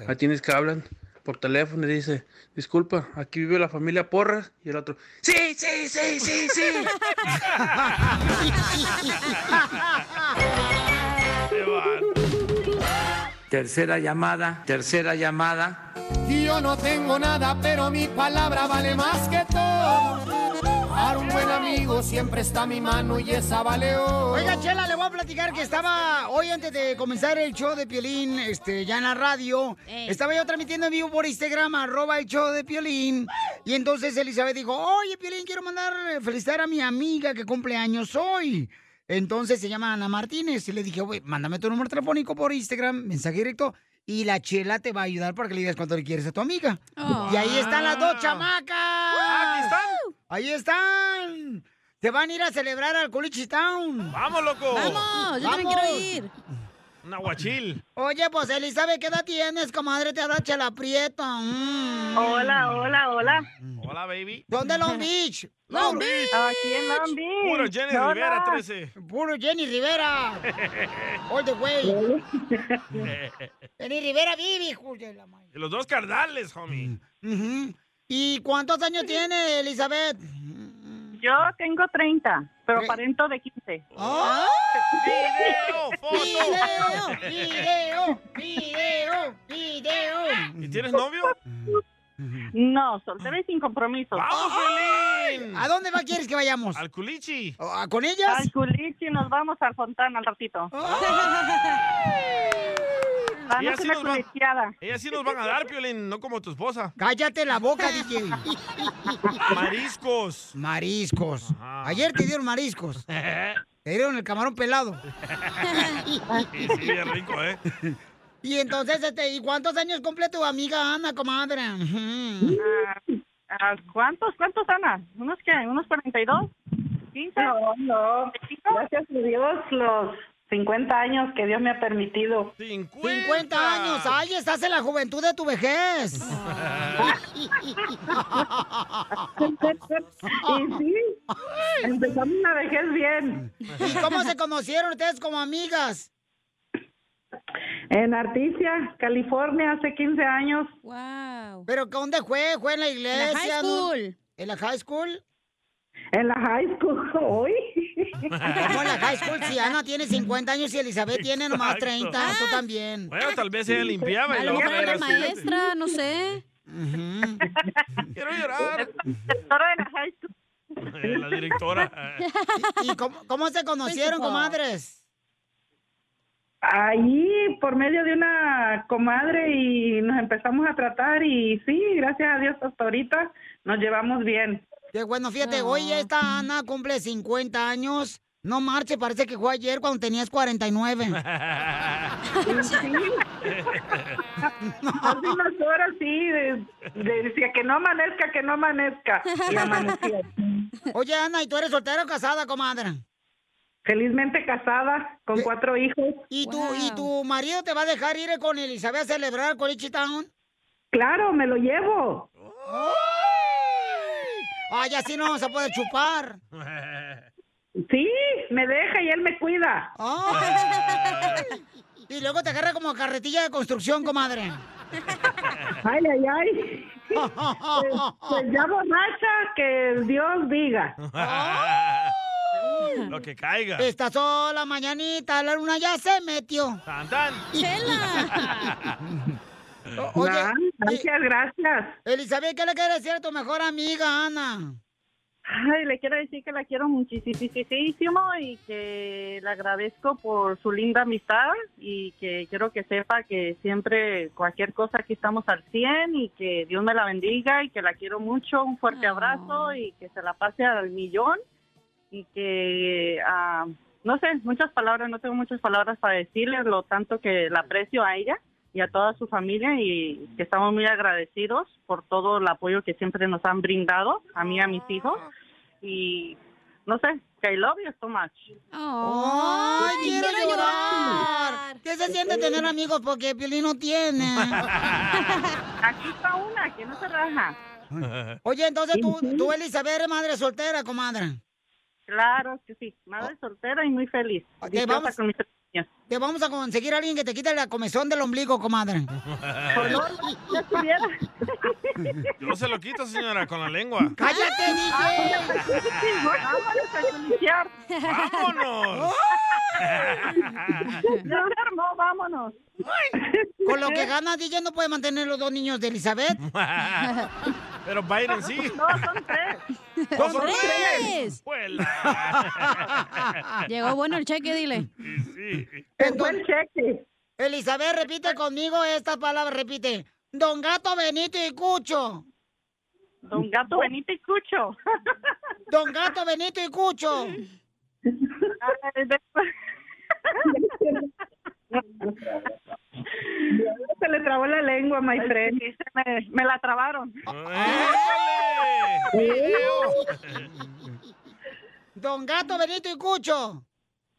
Speaker 22: Ahí tienes que hablan por teléfono y dice, disculpa, aquí vive la familia Porras y el otro, sí, sí, sí, sí, sí. tercera llamada, tercera llamada.
Speaker 11: Y yo no tengo nada, pero mi palabra vale más que todo. Para un buen amigo siempre está mi mano y esa vale oro.
Speaker 1: Oiga, Chela, le voy a platicar que estaba hoy antes de comenzar el show de Piolín, este, ya en la radio.
Speaker 23: Ey.
Speaker 1: Estaba yo transmitiendo en vivo por Instagram, arroba el show de Piolín. Y entonces Elizabeth dijo, oye, Piolín, quiero mandar eh, felicitar a mi amiga que cumple años hoy. Entonces se llama Ana Martínez y le dije, "Güey, mándame tu número telefónico por Instagram, mensaje directo, y la chela te va a ayudar para que le digas cuánto le quieres a tu amiga. Y ahí están las dos chamacas. Oh. Aquí están. Ahí están. Te van a ir a celebrar al Culichi Town.
Speaker 4: Vamos, loco.
Speaker 24: Vamos, yo también quiero ir.
Speaker 4: Un aguachil.
Speaker 1: Oye, pues Elizabeth, ¿qué edad tienes, comadre? Te da chela prieto.
Speaker 4: Hola,
Speaker 1: hola, hola.
Speaker 4: Hola, baby.
Speaker 1: Mm. ¿Dónde Long Beach?
Speaker 4: Long Beach. Aquí en Long Beach. Puro Jenny No, Rivera, no. 13.
Speaker 1: Puro Jenny Rivera. All the way. Jenny Rivera vive, hijo de la madre.
Speaker 4: De los dos cardales, homie.
Speaker 1: Ujú. ¿Y cuántos años tiene Elizabeth?
Speaker 19: Yo tengo 30, pero aparento de 15.
Speaker 1: ¡Oh!
Speaker 4: ¡Video!
Speaker 1: ¡Foto! ¡Video! ¡Video! ¡Video!
Speaker 4: ¿Y tienes novio?
Speaker 19: No, soltera y sin compromiso.
Speaker 4: ¡Vamos, Piolín!
Speaker 1: ¿A dónde va, quieres que vayamos? Ah,
Speaker 4: Al culichi.
Speaker 1: ¿Con ellas?
Speaker 19: Al culichi nos vamos al Fontana al ratito.
Speaker 4: Ah.
Speaker 13: Ah,
Speaker 4: Y
Speaker 19: Vamos
Speaker 4: así
Speaker 19: una
Speaker 4: nos van-
Speaker 19: culichiada.
Speaker 4: Ella sí nos van a dar, Piolín, no como tu esposa.
Speaker 1: Cállate la boca, DJ.
Speaker 4: Mariscos.
Speaker 1: Mariscos. Ayer te dieron mariscos. Te dieron el camarón pelado.
Speaker 4: Y sí, bien rico, ¿eh?
Speaker 1: Y entonces, este, ¿y cuántos años cumple tu amiga Ana, comadre? Ujú.
Speaker 19: Ah, ¿Cuántos? ¿Cuántos, Ana? ¿Unos qué? ¿Unos 42? ¿15?
Speaker 25: No, no. Gracias a Dios, los 50 años que Dios me ha permitido.
Speaker 1: 50 años. Ay, estás en la juventud de tu vejez.
Speaker 25: y sí, empezamos la vejez bien.
Speaker 1: ¿Y cómo se conocieron ustedes como amigas?
Speaker 25: En Articia, California, hace 15 años.
Speaker 24: Wow.
Speaker 1: ¿Pero dónde fue? ¿Fue en la iglesia?
Speaker 25: high
Speaker 1: en un-
Speaker 25: school.
Speaker 1: ¿En la high school?
Speaker 25: En la high school hoy.
Speaker 1: ¿Cómo en la high school? Si Ana tiene 50 años y Elizabeth tiene nomás
Speaker 4: Exacto.
Speaker 1: 30, tú también.
Speaker 4: Bueno, tal vez ella limpiaba
Speaker 24: Ah. A lo
Speaker 4: y la
Speaker 24: mejor
Speaker 4: otra
Speaker 24: era
Speaker 4: era estudiante.
Speaker 24: maestra, no sé.
Speaker 4: Quiero llorar. Eh, La directora. eh.
Speaker 1: ¿Y, y cómo, cómo se conocieron, comadres?
Speaker 25: Ahí, por medio de una comadre y nos empezamos a tratar y sí, gracias a Dios hasta ahorita nos llevamos bien. Ah.
Speaker 1: Qué bueno, fíjate, hoy esta Ana cumple 50 años. No marche, parece que fue ayer cuando tenías 49.
Speaker 25: Hace unas horas sí, de- de- decía que no amanezca, que no amanezca. Y amaneció.
Speaker 1: Oye, Ana, ¿y tú eres soltera o casada, comadre?
Speaker 25: Felizmente casada, con cuatro hijos.
Speaker 1: ¿Y, tú, ¿Y tu marido te va a dejar ir con Elizabeth a celebrar con Town?
Speaker 25: Claro, me lo llevo.
Speaker 1: Ay, así no vamos a poder chupar.
Speaker 25: Sí, me deja y él me cuida.
Speaker 1: Ay. Y luego te agarra como carretilla de construcción, comadre.
Speaker 25: Ay, ay, ay. Pues, pues ya borracha, que Dios diga.
Speaker 4: Lo que caiga.
Speaker 1: Está sola, mañanita, la luna ya se metió.
Speaker 4: ¡Tan, tan!
Speaker 1: Oye,
Speaker 25: Nah, gracias, gracias.
Speaker 1: Elizabeth, ¿qué le quieres decir a tu mejor amiga, Ana?
Speaker 19: Ay, le quiero decir que la quiero muchísimo y que le agradezco por su linda amistad y que quiero que sepa que siempre cualquier cosa aquí estamos al 100 y que Dios me la bendiga y que la quiero mucho, un fuerte abrazo y que se la pase al millón y que ah, no sé, muchas palabras, no tengo muchas palabras para decirles lo tanto que la aprecio a ella y a toda su familia y que estamos muy agradecidos por todo el apoyo que siempre nos han brindado a mí y a mis hijos y no sé, que I love you so much.
Speaker 25: ¡Ay, quiero llorar! ¿Qué se siente tener amigos? Porque Piolín no tiene.
Speaker 19: Aquí está una, que no se raja.
Speaker 25: Oye, entonces tú, tú Elizabeth, eres madre soltera, comadre.
Speaker 19: Claro que sí, madre soltera y muy feliz.
Speaker 25: Te
Speaker 19: Dichosa
Speaker 25: vamos,
Speaker 19: con mis tres niñas.
Speaker 25: te vamos a conseguir a alguien que te quite la comezón del ombligo, comadre.
Speaker 19: Por favor, ya estuviera.
Speaker 4: Yo se lo quito, señora, con la lengua.
Speaker 25: ¡Cállate,
Speaker 19: Vámonos a iniciar.
Speaker 4: ¡Vámonos!
Speaker 19: Ya se armó, vámonos.
Speaker 25: Con lo que ganas, DJ no puede mantener los dos niños de Elizabeth.
Speaker 4: Pero Biden sí.
Speaker 19: No, son tres.
Speaker 4: ¡Dos son
Speaker 25: ¡Son
Speaker 4: tres!
Speaker 25: tres!
Speaker 4: ¡Huela!
Speaker 3: Llegó bueno el cheque, dile.
Speaker 25: Entonces, Elizabeth, repite conmigo estas palabras, repite. Don Gato Benito y Cucho.
Speaker 19: Don Gato Benito y Cucho.
Speaker 25: Don Gato Benito y Cucho.
Speaker 19: Se le trabó la lengua, my friend. Sí, se me, me la trabaron.
Speaker 25: Don Gato Benito y Cucho.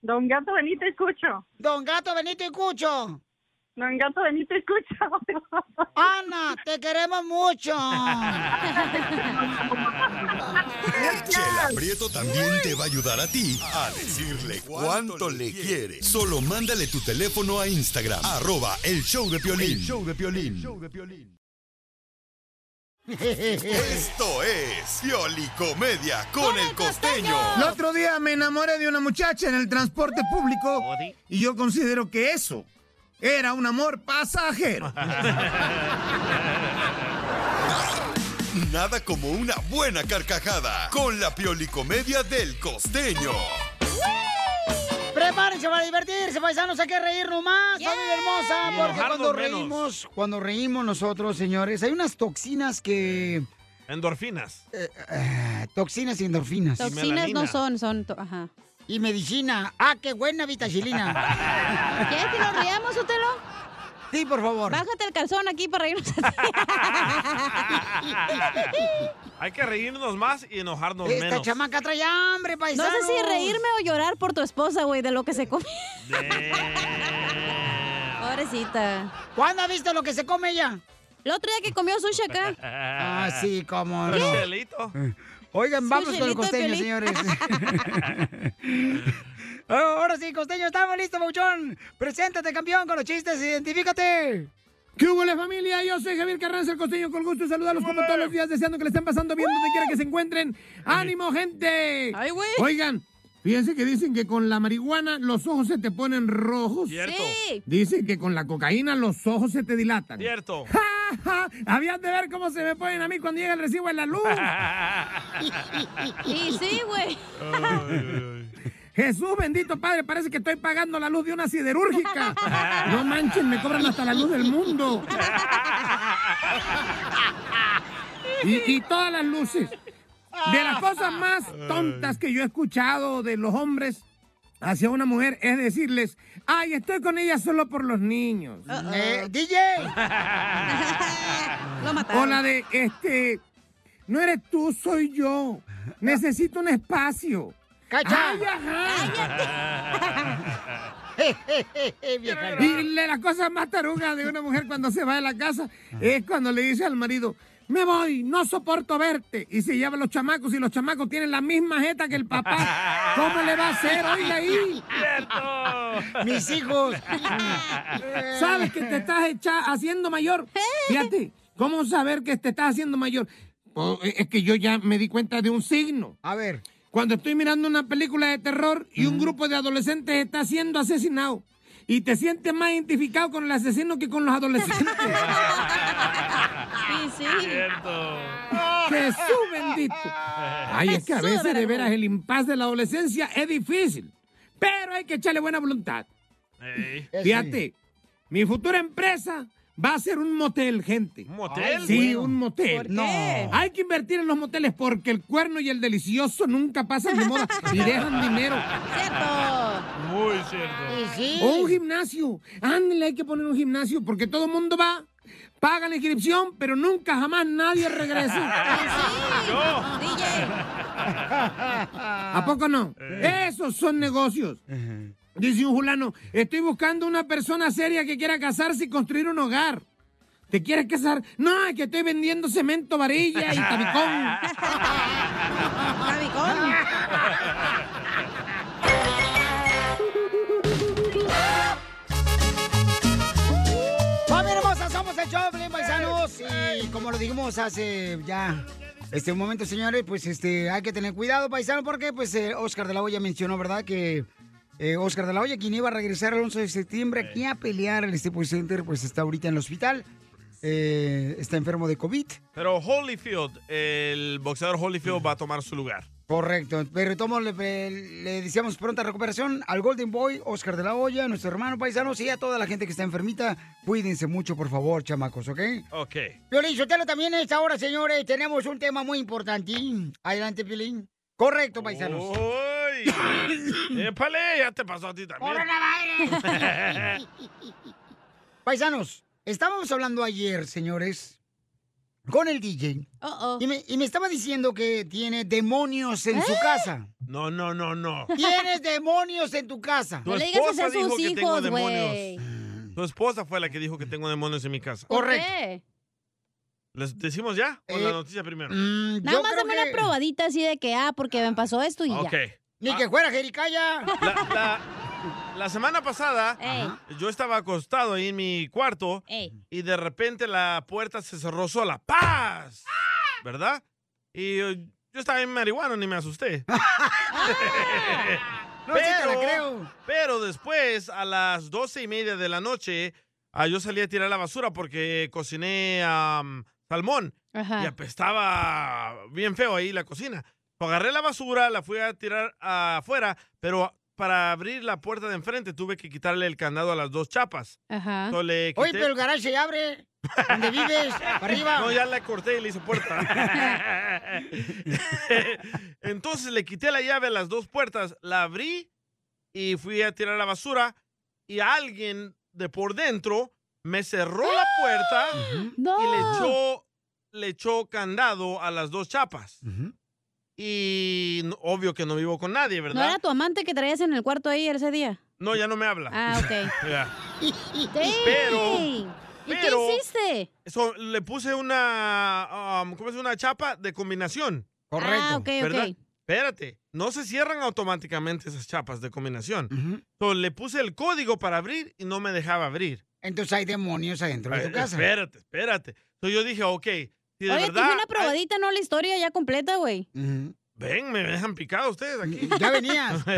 Speaker 19: Don Gato Benito y Cucho.
Speaker 25: Don Gato Benito y Cucho.
Speaker 19: Don Gato Benito y Cucho.
Speaker 25: Ana, te queremos mucho.
Speaker 8: Chela Prieto también te va a ayudar a ti a decirle cuánto le quiere. Solo mándale tu teléfono a Instagram, arroba el show de Piolín.
Speaker 2: El
Speaker 8: show de Esto es Piolicomedia con el costeño.
Speaker 26: El otro día me enamoré de una muchacha en el transporte público y yo considero que eso era un amor pasajero.
Speaker 8: Nada como una buena carcajada con la Piolicomedia del costeño.
Speaker 25: Prepárense para divertirse, paisanos, hay que reír nomás, familia
Speaker 1: Ah,
Speaker 25: hermosa,
Speaker 2: Y
Speaker 25: porque
Speaker 2: enojarnos
Speaker 25: cuando
Speaker 2: menos.
Speaker 25: reímos, cuando reímos nosotros, señores, hay unas toxinas que...
Speaker 4: Endorfinas.
Speaker 25: eh, toxinas y endorfinas.
Speaker 3: Toxinas no son, son. to- Ajá.
Speaker 25: Y medicina. Ah, qué buena vitacilina.
Speaker 3: ¿Quieres que nos riamos, Otelo?
Speaker 25: Sí, por favor.
Speaker 3: Bájate el calzón aquí para reírnos así.
Speaker 4: Hay que reírnos más y enojarnos
Speaker 25: Esta
Speaker 4: menos.
Speaker 25: chamaca trae hambre,
Speaker 3: No
Speaker 25: paisanos.
Speaker 3: sé si reírme o llorar por tu esposa, güey, de lo que se come. Pobrecita.
Speaker 25: ¿Cuándo ha visto lo que se come ella?
Speaker 3: El otro día que comió sushi acá.
Speaker 25: Ah, sí, cómo no.
Speaker 4: Pero Chelito.
Speaker 25: Oigan, vamos con el
Speaker 3: Sushi,
Speaker 25: costeño,
Speaker 3: Lito,
Speaker 25: señores. Oh, Ahora sí, costeño, estamos listos, Mauchón. Preséntate, campeón, con los chistes, identifícate.
Speaker 11: ¿Qué hubo la familia? Yo soy Javier Carranza, el costeño, con gusto de saludarlos como todos los días, deseando que le estén pasando bien donde quiera que se encuentren. ¡Ánimo, gente! Oigan, fíjense que dicen que con la marihuana los ojos se te ponen rojos.
Speaker 2: Cierto. Sí.
Speaker 11: Dicen que con la cocaína los ojos se te dilatan.
Speaker 4: Cierto.
Speaker 11: ¡Ja, ja! Habían de ver cómo se me ponen a mí cuando llega el recibo de la luz.
Speaker 2: Y sí,
Speaker 11: güey. Jesús bendito padre, parece que estoy pagando la luz de una siderúrgica. No manchen, me cobran hasta la luz del mundo. Y, y todas las luces. De las cosas más tontas que yo he escuchado de los hombres hacia una mujer es decirles, ay, estoy con ella solo por los niños.
Speaker 2: Eh,
Speaker 25: DJ.
Speaker 11: Lo O la de, este, no eres tú, soy yo. Necesito un espacio. Ah,
Speaker 2: ¡Cacha!
Speaker 11: Ay, ajá. Y la la cosa más taruga de una mujer cuando se va de la casa es cuando le dice al marido, me voy, no soporto verte. Y se lleva a los chamacos y los chamacos tienen la misma jeta que el papá. ¿Cómo le va a hacer? Oiga ahí.
Speaker 25: Mis hijos.
Speaker 11: ¿Sabes que te estás echa- haciendo mayor? Fíjate, ¿cómo saber que te estás haciendo mayor? Pues, es que yo ya me di cuenta de un signo.
Speaker 25: A ver. Mm.
Speaker 11: Cuando estoy mirando una película de terror y un grupo de adolescentes está siendo asesinado y te sientes más identificado con el asesino que con los adolescentes.
Speaker 2: Sí, sí. Cierto.
Speaker 11: Jesús bendito. Ay, es que a veces de veras el impasse de la adolescencia es difícil, pero hay que echarle buena voluntad. Fíjate, mi futura empresa va a ser un motel, gente.
Speaker 2: motel?
Speaker 11: Sí,
Speaker 2: Bueno.
Speaker 11: un motel.
Speaker 2: ¿Por qué? No.
Speaker 11: Hay que invertir en los moteles porque el cuerno y el delicioso nunca pasan de moda y dejan dinero.
Speaker 2: Cierto.
Speaker 4: es cierto.
Speaker 1: Y sí.
Speaker 11: O un gimnasio. Ándale, hay que poner un gimnasio porque todo el mundo va, paga la inscripción, pero nunca jamás nadie regresa.
Speaker 2: No.
Speaker 11: ¿A poco no? Esos son negocios. Dice un fulano, estoy buscando una persona seria que quiera casarse y construir un hogar. ¿Te quieres casar? No, es que estoy vendiendo cemento, varilla y tabicón.
Speaker 1: ¡Familia hermosa! Somos el show, de Piolín, paisanos. Y como lo dijimos hace ya este momento, señores, pues este hay que tener cuidado, paisano, porque pues eh, Oscar de la Hoya mencionó, ¿verdad? Que eh, Oscar de la Hoya, quien iba a regresar el 11 de septiembre aquí a pelear el Staples Center, pues está ahorita en el hospital. Eh, está enfermo de COVID.
Speaker 4: Pero Holyfield, el boxeador Holyfield va a tomar su lugar.
Speaker 1: Correcto, pero tomo, le, le deseamos pronta recuperación al Golden Boy, Oscar de la Hoya, nuestro hermano paisanos y a toda la gente que está enfermita. Cuídense mucho, por favor, chamacos, ¿ok?
Speaker 4: Ok.
Speaker 1: Piolín Sotelo, también a esta hora, señores, tenemos un tema muy importante. Adelante, Piolín. Correcto, paisanos.
Speaker 4: ¡Uy! ¡Épale! Ya te pasó a ti también.
Speaker 1: ¡Coronavirus! Paisanos, estábamos hablando ayer, señores, con el DJ. Y, me, y me estaba diciendo que tiene demonios en
Speaker 4: ¡Eh!
Speaker 1: su casa.
Speaker 4: No, no, no, no.
Speaker 1: Tienes demonios en tu casa.
Speaker 4: Tu esposa dijo que tengo demonios. Tu esposa fue la que dijo que tengo demonios en mi casa.
Speaker 1: Correcto.
Speaker 4: ¿Les decimos ya? ¿O
Speaker 1: Eh,
Speaker 4: la noticia primero?
Speaker 3: mm,
Speaker 25: Mm,
Speaker 3: Nada más dame una probadita así de que, ah, porque me pasó esto y
Speaker 4: Ok. Ah.
Speaker 3: ya.
Speaker 1: Ni que fuera Jericaya.
Speaker 4: La semana pasada,
Speaker 3: Ey.
Speaker 4: yo estaba acostado ahí en mi cuarto y de repente la puerta se cerró sola. ¡Paz! ¿Verdad? Y yo, yo estaba en marihuana, ni me asusté.
Speaker 2: No, sí te la creo.
Speaker 4: Pero después, a las doce y media de la noche, ah, yo salí a tirar la basura porque cociné am, salmón
Speaker 2: Ajá.
Speaker 4: y apestaba bien feo ahí la cocina. Lo agarré la basura, la fui a tirar afuera, pero para abrir la puerta de enfrente tuve que quitarle el candado a las dos chapas.
Speaker 3: Ajá.
Speaker 4: Entonces le
Speaker 1: Oye,
Speaker 4: quité-
Speaker 1: pero el garage se abre. ¿Dónde vives? Para arriba.
Speaker 4: no, ya la corté y le hice puerta. Entonces le quité la llave a las dos puertas, la abrí y fui a tirar la basura y alguien de por dentro me cerró la puerta y le echó, le echó candado a las dos chapas. Y no- obvio que no vivo con nadie,
Speaker 3: ¿No
Speaker 4: ¿verdad?
Speaker 3: era tu amante que traías en el cuarto ahí ese día?
Speaker 4: No, ya no me habla.
Speaker 3: Ah, ok.
Speaker 4: Ya.
Speaker 3: Pero, ¿Y qué
Speaker 4: pero-
Speaker 3: hiciste?
Speaker 4: So, le puse una, um, ¿cómo es? Una chapa de combinación.
Speaker 3: Correcto. Ah, ok, ok.
Speaker 4: ¿Verdad? Espérate, no se cierran automáticamente esas chapas de combinación. So, le puse el código para abrir y no me dejaba abrir.
Speaker 1: Entonces hay demonios adentro de
Speaker 4: Eh,
Speaker 1: tu casa.
Speaker 4: Espérate, espérate. So, yo dije, ok, si de
Speaker 3: Oye, te
Speaker 4: verdad...
Speaker 3: hice una probadita, no la historia ya completa, güey.
Speaker 4: Ven, me dejan picado ustedes aquí.
Speaker 1: Ya venías.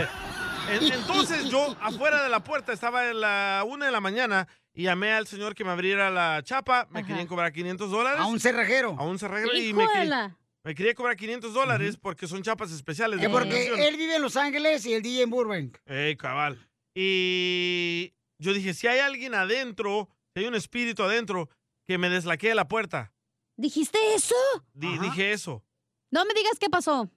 Speaker 4: En- Entonces yo afuera de la puerta estaba en la una de la mañana y llamé al señor que me abriera la chapa. Me querían cobrar 500 dólares.
Speaker 1: A un cerrajero.
Speaker 4: A un cerrajero. Y
Speaker 1: Hijo
Speaker 4: me,
Speaker 1: de
Speaker 4: quería-
Speaker 1: la-
Speaker 4: me quería cobrar 500 dólares porque son chapas especiales. de
Speaker 1: Que Eh, porque
Speaker 4: combinación.
Speaker 1: él vive en Los Ángeles y el DJ en Burbank.
Speaker 4: Ey, cabal. Y yo dije, si hay alguien adentro, si hay un espíritu adentro, que me deslaquee la puerta.
Speaker 3: ¿Dijiste eso?
Speaker 4: Di- dije eso.
Speaker 3: No me digas qué pasó.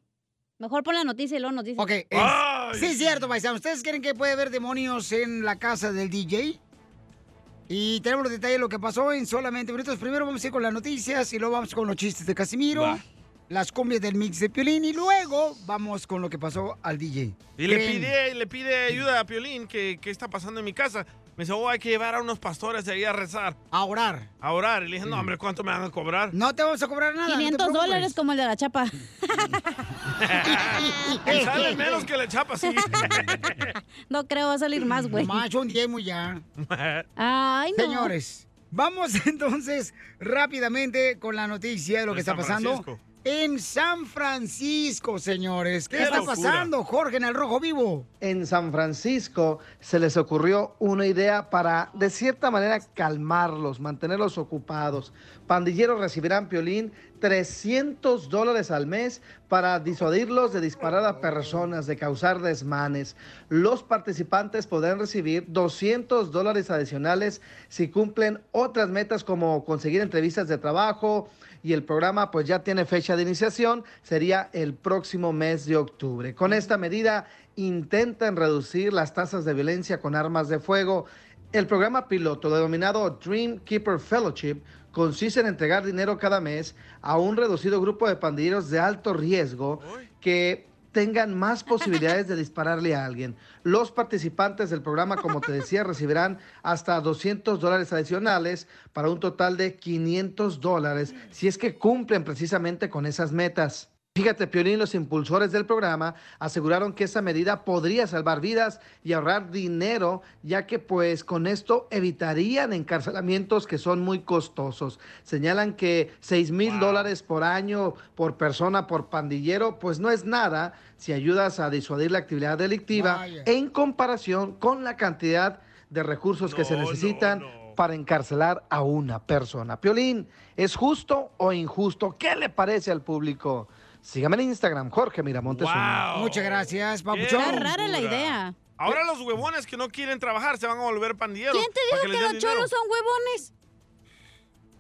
Speaker 3: Mejor pon la noticia y luego nos dices.
Speaker 1: Ok. Es- Sí, es cierto, paisano. ¿Ustedes creen que puede haber demonios en la casa del DJ? Y tenemos los detalles de lo que pasó en solamente minutos. Primero vamos a ir con las noticias y luego vamos con los chistes de Casimiro,
Speaker 4: Va.
Speaker 1: las cumbias del mix de Piolín y luego vamos con lo que pasó al DJ.
Speaker 4: Y le
Speaker 1: ¿Creen?
Speaker 4: pide, le pide ayuda a Piolín, que qué está pasando en mi casa. Me dice, oh, hay que llevar a unos pastores de ahí a rezar.
Speaker 1: A orar. Mm.
Speaker 4: A orar. Y le dije, no, hombre, ¿cuánto me van a cobrar?
Speaker 1: No te vamos a cobrar nada.
Speaker 3: 500 dólares como el de la chapa.
Speaker 4: y sale menos que la chapa, sí.
Speaker 3: No creo, va a salir más, güey.
Speaker 1: Macho, un diemo ya.
Speaker 3: Ay, no.
Speaker 1: Señores, vamos entonces rápidamente con la noticia de lo
Speaker 4: De
Speaker 1: que está
Speaker 4: San
Speaker 1: pasando.
Speaker 4: Francisco.
Speaker 1: En San Francisco, señores. ¿Qué,
Speaker 27: ¡Qué
Speaker 1: está
Speaker 27: locura!
Speaker 1: pasando, Jorge, en el Rojo Vivo?
Speaker 27: en San Francisco se les ocurrió una idea para, de cierta manera, calmarlos, mantenerlos ocupados. pandilleros recibirán, Piolín, 300 dólares al mes para disuadirlos de disparar a personas, de causar desmanes. Los participantes podrán recibir 200 dólares adicionales si cumplen otras metas como conseguir entrevistas de trabajo y el programa pues ya tiene fecha de iniciación, sería el próximo mes de octubre. Con esta medida intentan reducir las tasas de violencia con armas de fuego el programa piloto denominado Dream Keeper Fellowship consiste en entregar dinero cada mes a un reducido grupo de pandilleros de alto riesgo que tengan más posibilidades de dispararle a alguien. Los participantes del programa, como te decía, recibirán hasta 200 dólares adicionales para un total de 500 dólares si es que cumplen precisamente con esas metas. Fíjate, Piolín, los impulsores del programa aseguraron que esta medida podría salvar vidas y ahorrar dinero, ya que pues con esto evitarían encarcelamientos que son muy costosos. Señalan que 6 mil dólares por año, por persona, por pandillero, pues no es nada si ayudas a disuadir la actividad delictiva
Speaker 2: Vaya.
Speaker 27: en comparación con la cantidad de recursos que se necesitan para encarcelar a una persona. Piolín, ¿es justo o injusto? ¿Qué le parece al público? Sígame en Instagram, Jorge Miramontes. uno.
Speaker 1: Muchas gracias,
Speaker 27: papuchón.
Speaker 3: Está rara la
Speaker 27: Locura.
Speaker 3: idea.
Speaker 4: Ahora los huevones que no quieren trabajar se van a volver pandilleros.
Speaker 3: ¿Quién te dijo que los cholos son huevones?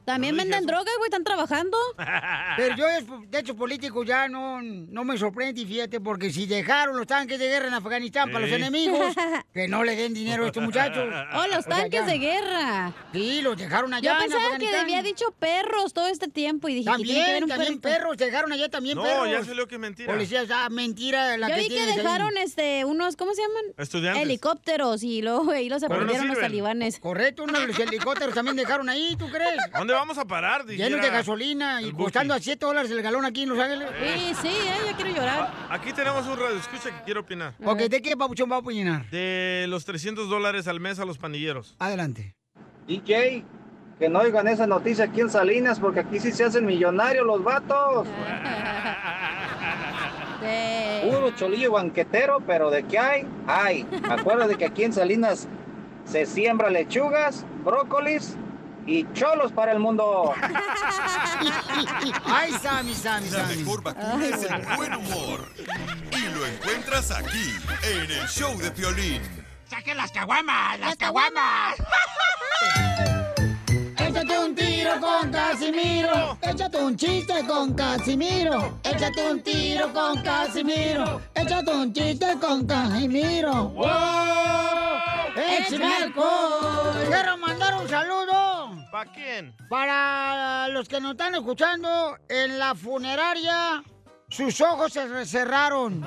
Speaker 3: También
Speaker 1: No dije
Speaker 3: venden
Speaker 1: eso.
Speaker 3: droga, güey, están trabajando.
Speaker 4: Ah.
Speaker 1: Pero yo, es- de hecho, político ya no, no me sorprende, fíjate, porque si dejaron los tanques de guerra en Afganistán para los
Speaker 2: Sí.
Speaker 1: enemigos, que no le den dinero a estos muchachos.
Speaker 3: Oh, los tanques de guerra.
Speaker 1: Sí, los dejaron allá.
Speaker 3: Yo
Speaker 1: en
Speaker 3: pensaba que
Speaker 1: Afganistán.
Speaker 3: debía dicho perros todo este tiempo y dije que tiene que haber
Speaker 1: También,
Speaker 3: un
Speaker 1: también
Speaker 3: perrito.
Speaker 1: perros, dejaron allá también
Speaker 4: No,
Speaker 1: perros.
Speaker 4: ya salió que es mentira.
Speaker 1: Policía, ya, mentira la
Speaker 3: Yo
Speaker 1: que
Speaker 3: vi que
Speaker 1: tienes ahí.
Speaker 3: dejaron este unos, ¿cómo se llaman?
Speaker 4: Estudiantes.
Speaker 3: Helicópteros y luego ahí los
Speaker 1: Pero no
Speaker 3: aprendieron los
Speaker 1: sirven.
Speaker 3: talibanes.
Speaker 1: Correcto, unos de los helicópteros también dejaron ahí, ¿tú crees?
Speaker 4: ¿A ¿Dónde vamos a parar?
Speaker 1: Llenos de gasolina y costando a 7 dólares el galón aquí en Los Ángeles.
Speaker 4: Sí,
Speaker 3: sí, eh, ya quiero llorar.
Speaker 4: Aquí tenemos un radio escucha que quiero opinar.
Speaker 1: Ok, ¿de qué papuchón va a opinar?
Speaker 4: De los 300 dólares al mes a los pandilleros.
Speaker 1: Adelante.
Speaker 16: DJ, que no oigan esa noticia aquí en Salinas porque aquí sí se hacen millonarios los vatos.
Speaker 3: Ah.
Speaker 16: Puro cholillo banquetero, pero ¿de qué hay? Hay. Acuérdate que aquí en Salinas se siembra lechugas, brócolis y cholos para el mundo.
Speaker 1: Ay, Sammy, Sammy,
Speaker 8: La mejor vacuna es el buen humor. Y lo encuentras aquí, en el show de Piolín.
Speaker 1: ¡Saquen las caguamas! ¡Las caguamas! Échate un tiro con Casimiro. Échate un chiste con Casimiro. Échate un tiro con Casimiro. Échate un chiste con Casimiro.
Speaker 2: ¡Wow!
Speaker 1: ¡Échame alcohol! Quiero mandar un saludo.
Speaker 4: ¿Para quién?
Speaker 1: Para los que nos están escuchando en la funeraria. Sus ojos se cerraron.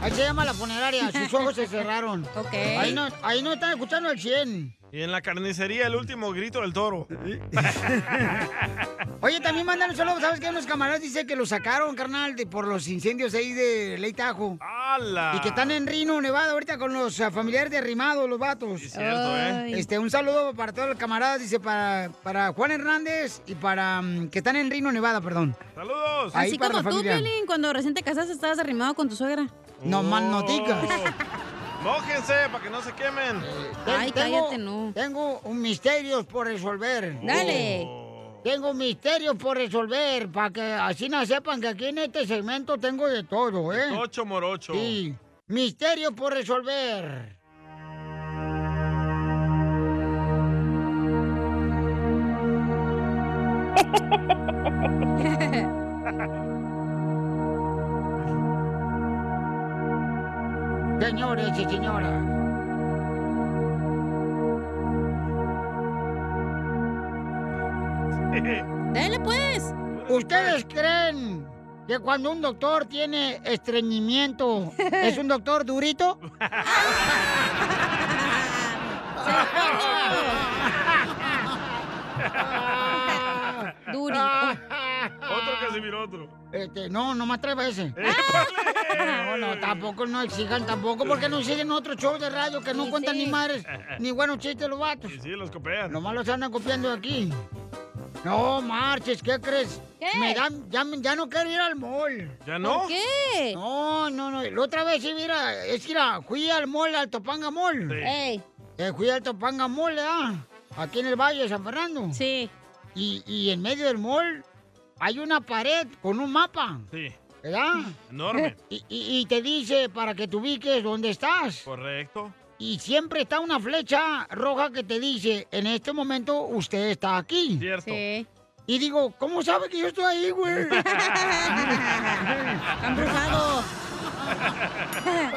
Speaker 1: Ahí se llama la funeraria. Sus ojos se cerraron.
Speaker 3: Ok.
Speaker 1: Ahí no, ahí no están escuchando el 100.
Speaker 4: Y en la carnicería el último grito del toro.
Speaker 1: Oye, también mandan un saludo. ¿Sabes qué? Unos camaradas dicen que lo sacaron, carnal, de- por los incendios ahí de Ley Tajo.
Speaker 4: ¡Hala!
Speaker 1: Y que están en Rino, Nevada, ahorita con los ah, familiares de Rimado, los vatos.
Speaker 2: es cierto, ¿eh? Ay.
Speaker 1: Este, un saludo para todos los camaradas, dice, para, para Juan Hernández y para... mm, que están en Rino, Nevada, perdón.
Speaker 4: ¡Saludos!
Speaker 1: Ahí
Speaker 3: Así
Speaker 1: para
Speaker 3: como
Speaker 1: la
Speaker 3: tú,
Speaker 1: familia.
Speaker 3: Piolín, cuando recién te casaste estabas arrimado con tu suegra.
Speaker 1: No más no digas.
Speaker 4: Oh. Mójense para que no se quemen.
Speaker 1: Ten- Tengo un misterios por resolver.
Speaker 4: Dale.
Speaker 1: Tengo misterios por resolver, para que así no sepan que aquí en este segmento tengo de todo, ¿eh?
Speaker 4: Ocho morocho.
Speaker 1: Sí. Misterios por resolver. Señores y señoras.
Speaker 3: Dale pues.
Speaker 1: ¿Ustedes creen que cuando un doctor tiene estreñimiento es un doctor durito?
Speaker 4: Otro que se miró otro.
Speaker 1: Este, no, nomás tres veces. No, no, tampoco no exijan, tampoco, porque no siguen otro show de radio que no cuentan ni madres, ni buenos chistes los vatos.
Speaker 4: Sí, los copian.
Speaker 1: Nomás los andan copiando de aquí. No, marches, ¿qué crees? Me dan, ya, me- ya no quiero ir al mall.
Speaker 4: ¿Ya no? ¿Por
Speaker 1: qué? No, no, no. La otra vez sí, mira, es que mira, fui al mall, al Topanga Mall.
Speaker 4: Sí.
Speaker 1: Eh, fui al Topanga Mall, ¿verdad? Aquí en el Valle de San Fernando. Sí. y, y en medio del mall hay una pared con un mapa.
Speaker 4: Sí.
Speaker 1: ¿Verdad?
Speaker 4: Enorme.
Speaker 1: Y, y- y te dice para que te ubiques dónde estás.
Speaker 4: Correcto.
Speaker 1: Y siempre está una flecha roja que te dice, en este momento usted está aquí.
Speaker 4: Cierto.
Speaker 1: Y digo, ¿cómo sabe que yo estoy ahí, güey?
Speaker 2: embrujado.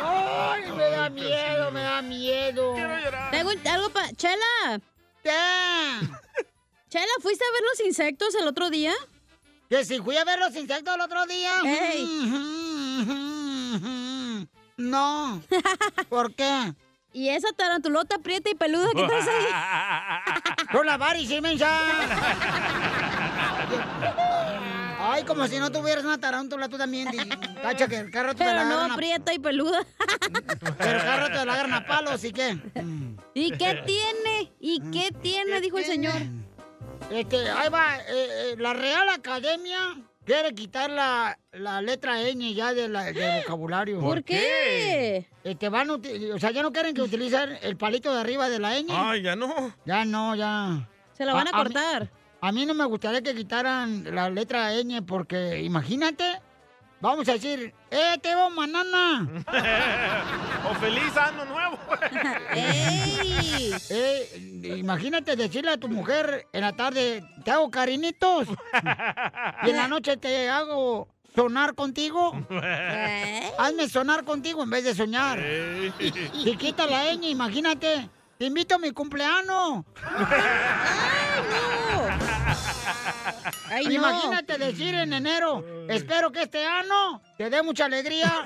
Speaker 1: ¡Ay, me da miedo, me da miedo!
Speaker 3: Quiero llorar. Tengo un- algo para... ¡Chela! Chela, ¿fuiste a ver los insectos el otro día?
Speaker 1: Que si fui a ver los insectos el otro día. Mm-hmm. No. ¿Por qué?
Speaker 3: ¿Y esa tarantulota prieta y peluda que traes ahí?
Speaker 1: ¡Con la varis, mensa! Ay, como si no tuvieras una tarántula tú también. di- Cacha, que el carro te
Speaker 3: Pero
Speaker 1: la
Speaker 3: no,
Speaker 1: agarran a-
Speaker 3: prieta y peluda.
Speaker 1: que el carro te la agarran a palos, ¿y qué?
Speaker 3: ¿Y qué tiene? ¿Y qué tiene? Dijo el señor.
Speaker 1: Este, ahí va, eh, eh, la Real Academia quiere quitar la, la letra ñ ya de la- del vocabulario.
Speaker 4: ¿Por qué?
Speaker 1: Este, van, a uti- o sea, ya no quieren que utilicen el palito de arriba de la ñ.
Speaker 4: Ay, ya no.
Speaker 1: Ya no, ya.
Speaker 3: Se la van a
Speaker 1: mí-
Speaker 3: cortar.
Speaker 1: A mí, no me gustaría que quitaran la letra ñ porque, imagínate, vamos a decir, ¡eh, te veo, manana!
Speaker 4: o feliz año nuevo.
Speaker 1: Ah, ¡Ey! imagínate decirle a tu mujer en la tarde, te hago carinitos. y en la noche te hago sonar contigo. Hazme sonar contigo en vez de soñar. Si quita la ñ, imagínate. Te invito a mi cumpleaños.
Speaker 2: Ay, no.
Speaker 1: Imagínate decir en enero, espero que este año te dé mucha alegría.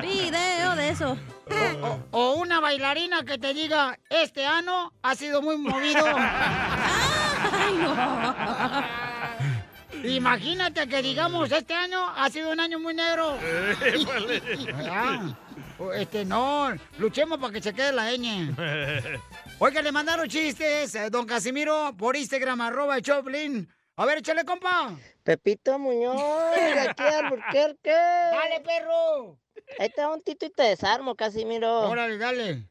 Speaker 3: Video de eso.
Speaker 1: O, o una bailarina que te diga, este ano ha sido muy movido. Imagínate que digamos, este año ha sido un año muy negro.
Speaker 2: Épale.
Speaker 1: ¿Verdad? O, Este, no, luchemos para que se quede la ñ. Oiga, le mandaron chistes, eh, don Casimiro, por Instagram, arroba el Choplin. A ver, échale, compa.
Speaker 9: Pepito Muñoz, de aquí a Alburquerque. Dale,
Speaker 1: perro.
Speaker 9: Ahí está un tito y te desarmo, Casimiro.
Speaker 1: Órale, dale.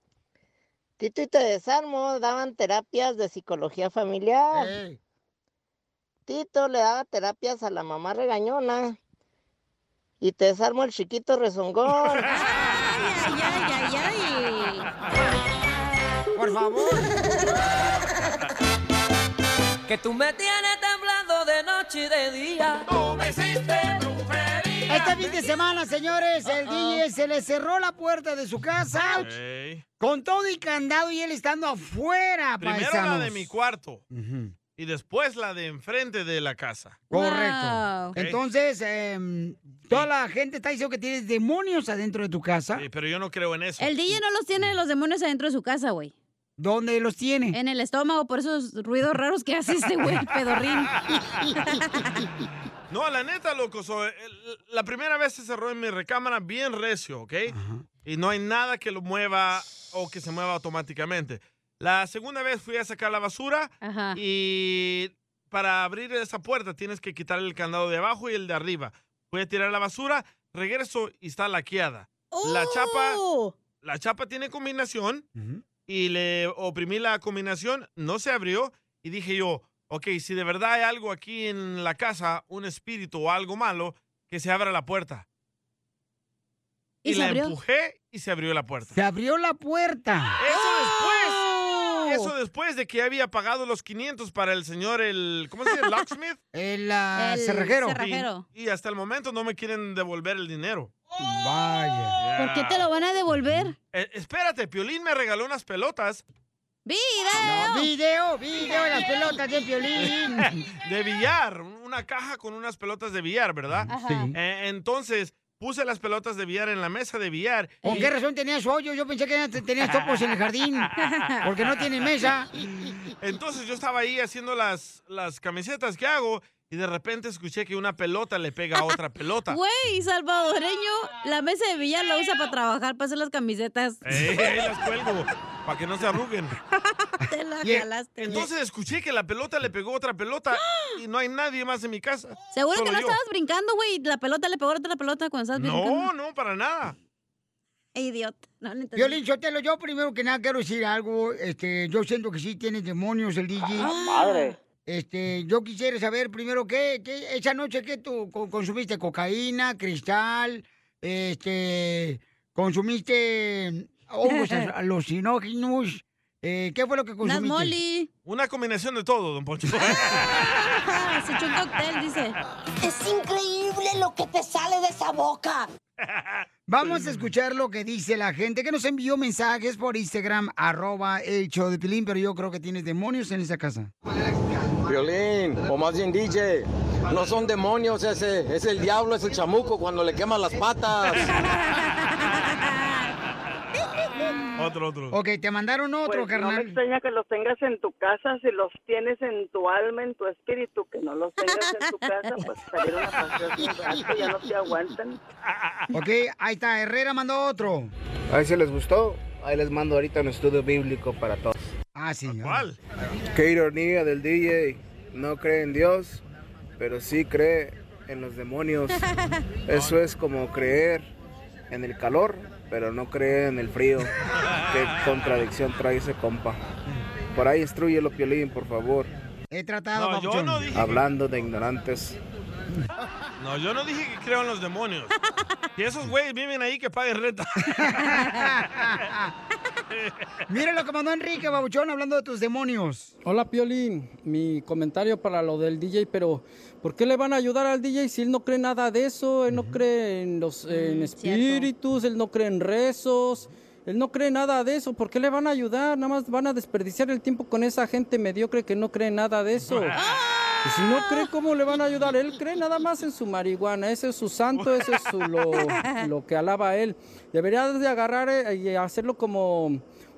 Speaker 9: Tito y te desarmo daban terapias de psicología familiar.
Speaker 1: Ey.
Speaker 9: Tito le daba terapias a la mamá regañona. Y te desarmo el chiquito rezongón.
Speaker 3: ay, ay, ay,
Speaker 1: Por favor.
Speaker 2: Que tú me tienes temblando de noche y de día. Tú me hiciste brujería.
Speaker 1: Este fin de semana, señores, el DJ se le cerró la puerta de su casa. Con todo y candado y él estando afuera,
Speaker 4: Primero
Speaker 1: paisanos.
Speaker 4: la de mi cuarto. Y después la de enfrente de la casa.
Speaker 1: Correcto.
Speaker 4: Ok.
Speaker 1: Entonces, em, toda la gente está diciendo que tienes demonios adentro de tu casa.
Speaker 4: Sí, pero yo no creo en eso.
Speaker 3: El DJ no los tiene los demonios adentro de su casa, güey.
Speaker 1: ¿Dónde los tiene?
Speaker 3: En el estómago, por esos ruidos raros que hace este güey, el pedorrín.
Speaker 4: No, la neta, loco. so, el- la primera vez se cerró en mi recámara bien recio, ¿ok? Y no hay nada que lo mueva o que se mueva automáticamente. La segunda vez fui a sacar la basura y para abrir esa puerta tienes que quitar el candado de abajo y el de arriba. Voy a tirar la basura, regreso y está laqueada. La
Speaker 3: ¡Oh!
Speaker 4: chapa, la chapa tiene combinación y le oprimí la combinación, no se abrió y dije yo, ok, si de verdad hay algo aquí en la casa, un espíritu o algo malo, que se abra la puerta.
Speaker 1: ¿Y
Speaker 4: Y,
Speaker 1: se
Speaker 4: la
Speaker 1: abrió?
Speaker 4: empujé y se abrió la puerta.
Speaker 1: Se abrió la puerta.
Speaker 4: Eso después, eso después de que había pagado los 500 para el señor, el, ¿cómo se dice? ¿El Locksmith?
Speaker 1: El, ah, El cerrajero. cerrajero.
Speaker 4: Y, y hasta el momento no me quieren devolver el dinero.
Speaker 1: Vaya.
Speaker 3: ¿Por qué te lo van a devolver?
Speaker 4: Eh, espérate, Piolín me regaló unas pelotas
Speaker 3: ¡Video!
Speaker 1: video, video de las pelotas de violín.
Speaker 4: de billar, un- una caja con unas pelotas de billar, ¿verdad?
Speaker 1: Ajá. Sí.
Speaker 4: Eh, entonces puse las pelotas de billar en la mesa de billar.
Speaker 1: ¿Con
Speaker 4: y-
Speaker 1: qué razón tenías hoyo? Yo pensé que tenías topos en el jardín. Porque no tiene mesa.
Speaker 4: Entonces yo estaba ahí haciendo las, las camisetas que hago y de repente escuché que una pelota le pega a otra pelota.
Speaker 3: Güey, salvadoreño, la mesa de billar la usa para trabajar, para hacer las camisetas.
Speaker 4: Eh, ahí las cuelgo para que no se arruguen.
Speaker 3: Te la
Speaker 4: Y, eh,
Speaker 3: jalaste.
Speaker 4: Entonces escuché que la pelota le pegó a otra pelota y no hay nadie más en mi casa.
Speaker 3: Seguro que
Speaker 4: Solo
Speaker 3: no
Speaker 4: yo.
Speaker 3: estabas brincando, güey. La pelota le pegó a otra pelota cuando estabas
Speaker 4: No,
Speaker 3: brincando.
Speaker 4: no, para nada.
Speaker 3: Idiota. No, no entendí.
Speaker 1: Violín Sotelo, yo primero que nada quiero decir algo. Este, yo siento que sí tienes demonios el DJ.
Speaker 9: madre.
Speaker 1: Este, yo quisiera saber primero qué, qué esa noche que tú co- consumiste cocaína, cristal, este, consumiste eh, hongos alucinógenos. Eh, ¿Qué fue lo que consumiste?
Speaker 4: Una combinación de todo, don Poncho.
Speaker 3: Se echó un cóctel, dice.
Speaker 1: Es increíble lo que te sale de esa boca. Vamos a escuchar lo que dice la gente que nos envió mensajes por Instagram, arroba el show de Pilín, pero yo creo que tienes demonios en esa casa.
Speaker 28: Violín, o más bien DJ, no son demonios ese, es el diablo, es el chamuco cuando le queman las patas.
Speaker 4: otro, otro.
Speaker 1: Ok, te mandaron otro,
Speaker 28: Pues, no
Speaker 1: carnal.
Speaker 28: me
Speaker 19: extraña que los tengas en tu casa, si los tienes en tu alma, en tu espíritu, que no los tengas en tu casa, pues salir una pasión un rato, ya no te aguantan.
Speaker 1: Ok, ahí está, Herrera mandó otro.
Speaker 29: Ahí se les gustó. Ahí les mando ahorita un estudio bíblico para todos.
Speaker 1: Ah, sí.
Speaker 4: ¿Cuál?
Speaker 29: Qué ironía del DJ. No cree en Dios, pero sí cree en los demonios. Eso es como creer en el calor, pero no creer en el frío. Qué contradicción trae ese compa. Por ahí instruyelo, Piolín, por favor.
Speaker 1: He tratado,
Speaker 4: No, yo
Speaker 1: papuchón.
Speaker 4: no dije que-
Speaker 29: Hablando de ignorantes.
Speaker 4: No, yo no dije que creo en los demonios. Y esos güeyes viven ahí que paguen renta.
Speaker 1: Mira lo que mandó Enrique Babuchón hablando de tus demonios.
Speaker 30: Hola Piolín, mi comentario para lo del DJ, pero ¿por qué le van a ayudar al DJ si él no cree nada de eso? Él no cree en los en espíritus, él no cree en rezos, él no cree nada de eso. ¿Por qué le van a ayudar? Nada más van a desperdiciar el tiempo con esa gente mediocre que no cree nada de eso. Y si no cree, ¿cómo le van a ayudar? Él cree nada más en su marihuana, ese es su santo, ese es su, lo, lo que alaba a él. Debería de agarrar eh, y hacerlo como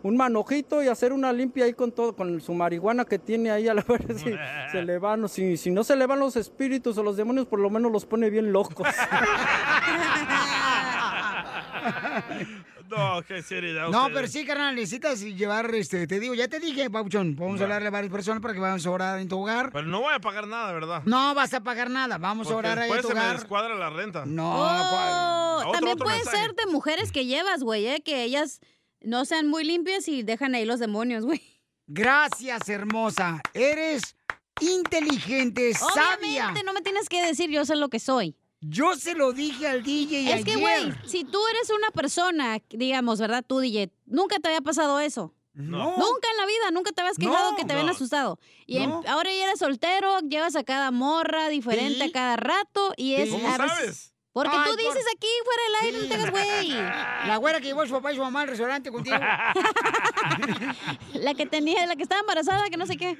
Speaker 30: un manojito y hacer una limpia ahí con todo, con su marihuana que tiene ahí a la ver si se le van, si, si no se le van los espíritus o los demonios, por lo menos los pone bien locos.
Speaker 4: No, qué seriedad.
Speaker 1: No,
Speaker 4: ustedes.
Speaker 1: pero sí, carnal, necesitas llevar, este, te digo, ya te dije, Babuchón, vamos a hablarle a varias personas para que vamos a orar en tu hogar.
Speaker 4: Pero no voy a pagar nada, ¿verdad?
Speaker 1: No vas a pagar nada, vamos
Speaker 4: Porque
Speaker 1: a orar ahí a
Speaker 4: después
Speaker 1: tu
Speaker 4: se me
Speaker 1: hogar.
Speaker 4: descuadra la renta.
Speaker 1: No, pues,
Speaker 3: Oh,
Speaker 4: Otro,
Speaker 3: también
Speaker 4: otro
Speaker 3: puede
Speaker 4: mensaje.
Speaker 3: ser de mujeres que llevas, güey, eh, que ellas no sean muy limpias y dejan ahí los demonios, güey.
Speaker 1: Gracias, hermosa. Eres inteligente,
Speaker 3: Obviamente,
Speaker 1: sabia.
Speaker 3: no me tienes que decir, yo sé lo que soy.
Speaker 1: Yo se lo dije al DJ
Speaker 3: Es que, güey,
Speaker 1: ayer.
Speaker 3: si tú eres una persona, digamos, ¿verdad? Tú, DJ, nunca te había pasado eso.
Speaker 1: No.
Speaker 3: Nunca en la vida, nunca te habías
Speaker 1: No.
Speaker 3: quejado que te habían
Speaker 1: No.
Speaker 3: asustado. Y
Speaker 1: No.
Speaker 3: en- ahora ya eres soltero, llevas a cada morra diferente a cada rato y es...
Speaker 1: ¿Cómo
Speaker 3: a veces-
Speaker 1: sabes?
Speaker 3: Porque
Speaker 1: Ay,
Speaker 3: tú dices
Speaker 1: por-
Speaker 3: aquí, fuera del aire, no te hagas güey.
Speaker 1: La güera que llevó a su papá y su mamá al restaurante contigo.
Speaker 3: La que tenía, la que estaba embarazada, que no sé qué.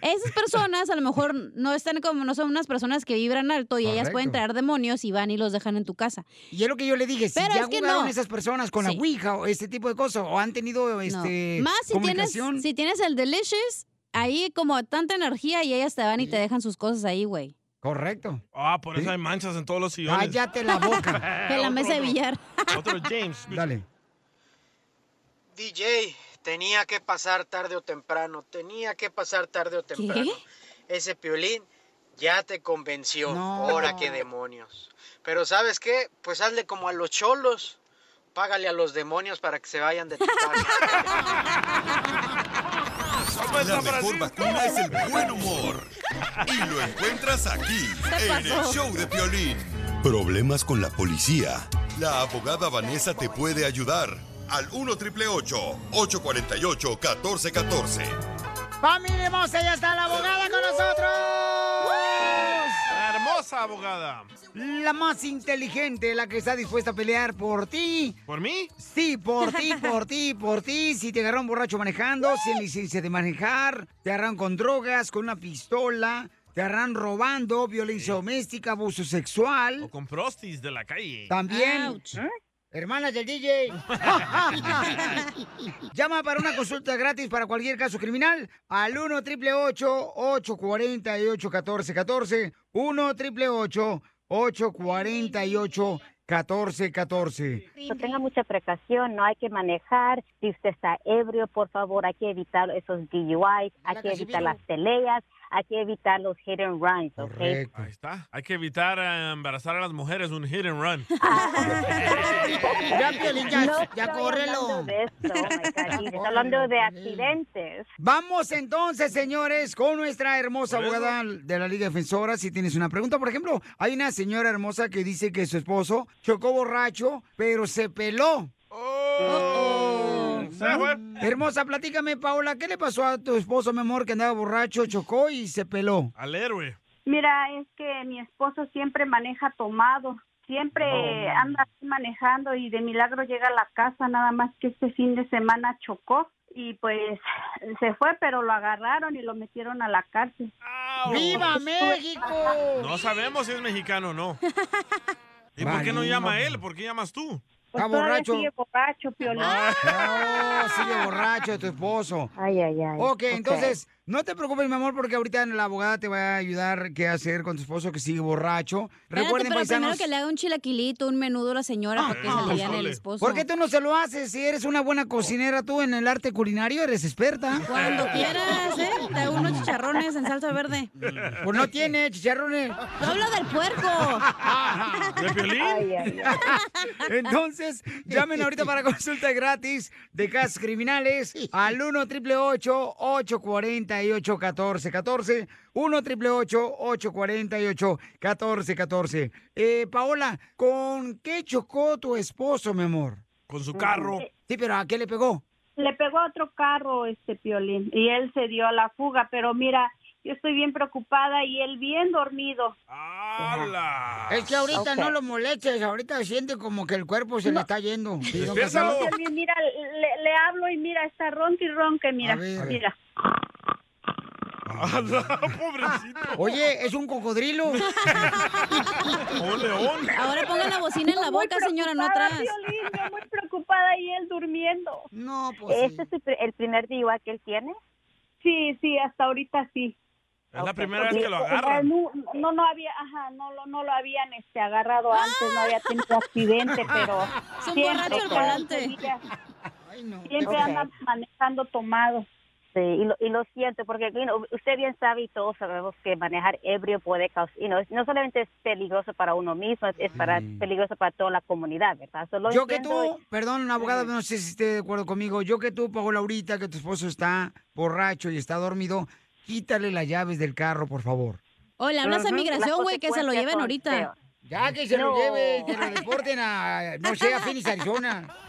Speaker 3: Esas personas a lo mejor no están como, no son unas personas que vibran alto y ellas
Speaker 1: Correcto.
Speaker 3: pueden traer demonios y van y los dejan en tu casa.
Speaker 1: Y es lo que yo le dije, si
Speaker 3: Pero
Speaker 1: ya
Speaker 3: es que
Speaker 1: jugaron
Speaker 3: no.
Speaker 1: esas personas con
Speaker 3: Sí.
Speaker 1: la Ouija o este tipo de cosas, o han tenido
Speaker 3: No.
Speaker 1: este
Speaker 3: Más si tienes,
Speaker 1: comunicación.
Speaker 3: si tienes el Delicious, ahí como tanta energía y ellas te van y te dejan sus cosas ahí, güey.
Speaker 1: Correcto.
Speaker 4: Ah, por eso hay manchas en todos los sillones.
Speaker 1: Cállate la boca.
Speaker 3: En la mesa de billar.
Speaker 4: Otro James.
Speaker 1: Dale.
Speaker 31: DJ, tenía que pasar tarde o temprano, tenía que pasar tarde o temprano. Ese piolín ya te convenció. Ahora qué demonios. Pero ¿sabes qué? Pues hazle como a los cholos. Págale a los demonios para que se vayan de tu
Speaker 8: La mejor vacuna es el buen humor. Y lo encuentras aquí,
Speaker 31: ¿Qué
Speaker 8: en el
Speaker 31: pasó?
Speaker 8: show de Piolín.
Speaker 28: Problemas con la policía.
Speaker 8: La abogada Vanessa te puede ayudar al 1 triple 848 1414.
Speaker 1: ¡Familia hermosa! ¡Ya está la abogada con nosotros!
Speaker 4: La hermosa abogada.
Speaker 1: La más inteligente, la que está dispuesta a pelear por ti.
Speaker 4: ¿Por mí?
Speaker 1: Sí, por ti, por ti, por ti. Si te agarraron borracho manejando, sin licencia de manejar, te agarraron con drogas, con una pistola, te agarraron robando, violencia doméstica, abuso sexual.
Speaker 4: Con prostis de la calle.
Speaker 1: También. ¿Eh? Hermanas del DJ. Llama para una consulta gratis para cualquier caso criminal al 1 888 848 1414 1 888 848 1414.
Speaker 6: No tenga mucha precaución, no hay que manejar. Si usted está ebrio, por favor, hay que evitar esos DUI, hay que evitar las peleas, hay que evitar los hit and runs, ¿ok?
Speaker 4: Oh, Ahí está. Hay que evitar eh, embarazar a las mujeres un hit and run.
Speaker 1: Ya, Piolín, ya,
Speaker 6: No
Speaker 1: ya
Speaker 6: estoy
Speaker 1: córrelo.
Speaker 6: hablando de esto, oh my God, y está hablando de accidentes.
Speaker 1: Vamos entonces, señores, con nuestra hermosa
Speaker 6: Por eso.
Speaker 1: abogada de la Liga Defensora. Si tienes una pregunta, por ejemplo, hay una señora hermosa que dice que su esposo chocó borracho, pero se peló.
Speaker 6: Oh.
Speaker 1: Hermosa, platícame, Paola, ¿qué le pasó a tu esposo, mi amor, que andaba borracho, chocó y se peló?
Speaker 6: Ah.
Speaker 4: Al héroe.
Speaker 13: Mira, es que mi esposo siempre maneja tomado, siempre
Speaker 1: Oh, man.
Speaker 13: anda así manejando y de milagro llega a la casa, nada más que este fin de semana chocó y pues se fue, pero lo agarraron y lo metieron a la cárcel.
Speaker 1: ¡Viva México!
Speaker 4: No sabemos si es mexicano o no. ¿Y por qué no llama él? ¿Por qué llamas tú?
Speaker 13: Pues todavía sigue borracho, Piolín.
Speaker 1: No, Oh, sigue borracho tu esposo.
Speaker 6: Ay, ay, ay.
Speaker 1: Ok, entonces, no te preocupes, mi amor, porque ahorita la abogada te va a ayudar qué hacer con tu esposo que sigue borracho.
Speaker 3: Espérate,
Speaker 1: Recuerden,
Speaker 3: pero primero
Speaker 1: paisanos, Ah,
Speaker 3: que le haga un chilaquilito, un menudo a la señora para que se le aliviane el esposo.
Speaker 1: ¿por qué tú no se lo haces? Si eres una buena cocinera, tú en el arte culinario eres experta.
Speaker 3: Cuando quieras, ¿eh? Te hago unos chicharrones en salsa verde.
Speaker 1: Pues no tiene chicharrones.
Speaker 3: Yo hablo del puerco.
Speaker 1: ¿De Piolín? Entonces, llamen ahorita para consulta gratis de casos criminales al 1 triple 848 1414 1 triple 848 1414 Eh, Paola, ¿con qué chocó tu esposo, mi amor?
Speaker 4: Con su
Speaker 13: carro.
Speaker 1: Sí, pero ¿a qué le pegó?
Speaker 13: Eh, Le pegó a otro carro este Piolín y él se dio a la fuga, pero mira, yo estoy bien preocupada y él bien dormido.
Speaker 1: Es que ahorita
Speaker 13: Ok.
Speaker 1: no lo molestes, ahorita siente como que el cuerpo se le está yendo.
Speaker 13: No, Piolín, Mira, le, le hablo y mira, está ronca y ronca, mira, mira.
Speaker 4: Pobrecito.
Speaker 1: Oye, es un cocodrilo.
Speaker 3: Ahora ponga la bocina en
Speaker 13: Yo
Speaker 3: la
Speaker 13: muy
Speaker 3: boca, señora, no
Speaker 13: preocupada,
Speaker 3: atrás.
Speaker 13: Piolín, yo muy preocupada y él durmiendo.
Speaker 1: No,
Speaker 6: pues ¿Este es el pr- el primer DUI que él tiene?
Speaker 13: Sí, sí, hasta ahorita sí.
Speaker 4: Es la primera vez que lo
Speaker 13: Eh, eh,
Speaker 4: agarran.
Speaker 13: No, no, no había, ajá, no, lo- no lo habían este, agarrado antes, no había tenido accidente, pero
Speaker 3: Es un
Speaker 13: siempre,
Speaker 3: borracho al
Speaker 13: cada
Speaker 3: volante.
Speaker 13: ocho días, Siempre
Speaker 6: Ok.
Speaker 13: anda manejando tomado.
Speaker 6: Sí, y lo, y lo siento, porque you know, usted bien sabe y todos sabemos que manejar ebrio puede causar, you know, es- no solamente es peligroso para uno mismo, es, es para, peligroso para toda la comunidad, ¿verdad? Solo
Speaker 1: Yo que tú, perdón, abogada, no sé si esté de acuerdo conmigo. Yo que tú, Paola, ahorita que tu esposo está borracho y está dormido, quítale las llaves del carro, por favor.
Speaker 3: O le hablas a migración, güey, que se lo lleven ahorita.
Speaker 1: Ya que se lo lleve, que lo deporten a, no sé, a Phoenix, Arizona.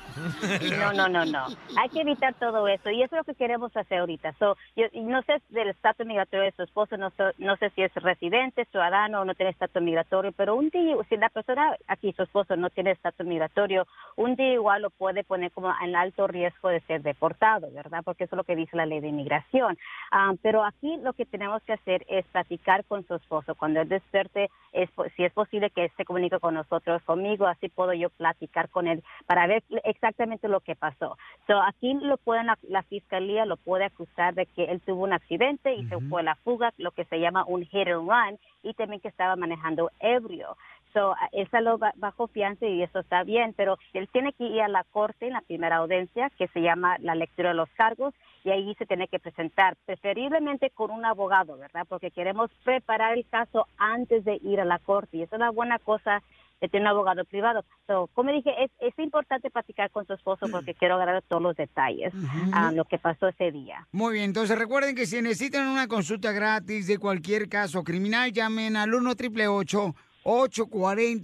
Speaker 6: No, no, no, no. Hay que evitar todo eso y eso es lo que queremos hacer ahorita. So, yo y no sé del estatus migratorio de su esposo, no, so- no sé si es residente, ciudadano o no tiene estatus migratorio, pero un día, si la persona aquí, su esposo, no tiene estatus migratorio, un día igual lo puede poner como en alto riesgo de ser deportado, ¿verdad? Porque eso es lo que dice la ley de inmigración. Ah, pero aquí lo que tenemos que hacer es platicar con su esposo. Cuando él despierte, es, po- si es posible que se comunique con nosotros, conmigo, así puedo yo platicar con él para ver exactamente lo que pasó. So, aquí lo pueden, ac- la fiscalía lo puede acusar de que él tuvo un accidente y se fue a la fuga, lo que se llama un hit and run, y también que estaba manejando ebrio. So, a- él salió ba- bajo fianza y eso está bien, pero él tiene que ir a la corte en la primera audiencia, que se llama la lectura de los cargos, y ahí se tiene que presentar, preferiblemente con un abogado, ¿verdad? Porque queremos preparar el caso antes de ir a la corte, y eso es una buena cosa de tener un abogado privado. So, como dije, es, es importante platicar con su esposo porque quiero agarrar todos los detalles a lo que pasó ese día.
Speaker 1: Muy bien, entonces recuerden que si necesitan una consulta gratis de cualquier caso criminal, llamen al 1 triple 848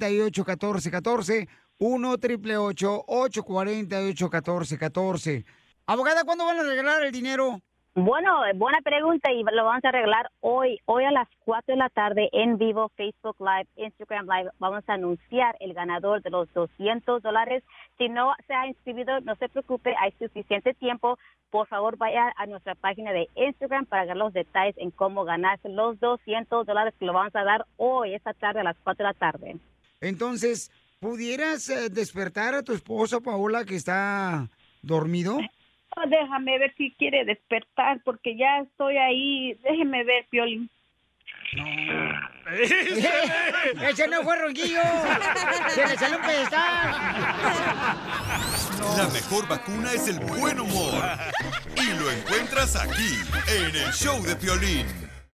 Speaker 1: 1414 1 triple 848 1414 Abogada, ¿cuándo van a regalar el dinero?
Speaker 6: Bueno, eh, buena pregunta y lo vamos a arreglar hoy, hoy a las 4 de la tarde en vivo, Facebook Live, Instagram Live. Vamos a anunciar el ganador de los 200 dólares. Si no se ha inscrito, no se preocupe, hay suficiente tiempo. Por favor, vaya a nuestra página de Instagram para ver los detalles en cómo ganarse los 200 dólares que lo vamos a dar hoy, esta tarde, a las 4 de la tarde.
Speaker 1: Entonces, ¿pudieras eh, despertar a tu esposo, Paola, que está dormido?
Speaker 13: No, Oh, déjame ver si quiere despertar, porque ya estoy ahí. Déjeme ver, Piolín.
Speaker 1: ¡Ese no fue ronquillo! ¡Se le salió un pedestal!
Speaker 8: La mejor vacuna es el buen humor. Y lo encuentras aquí, en el show de Piolín.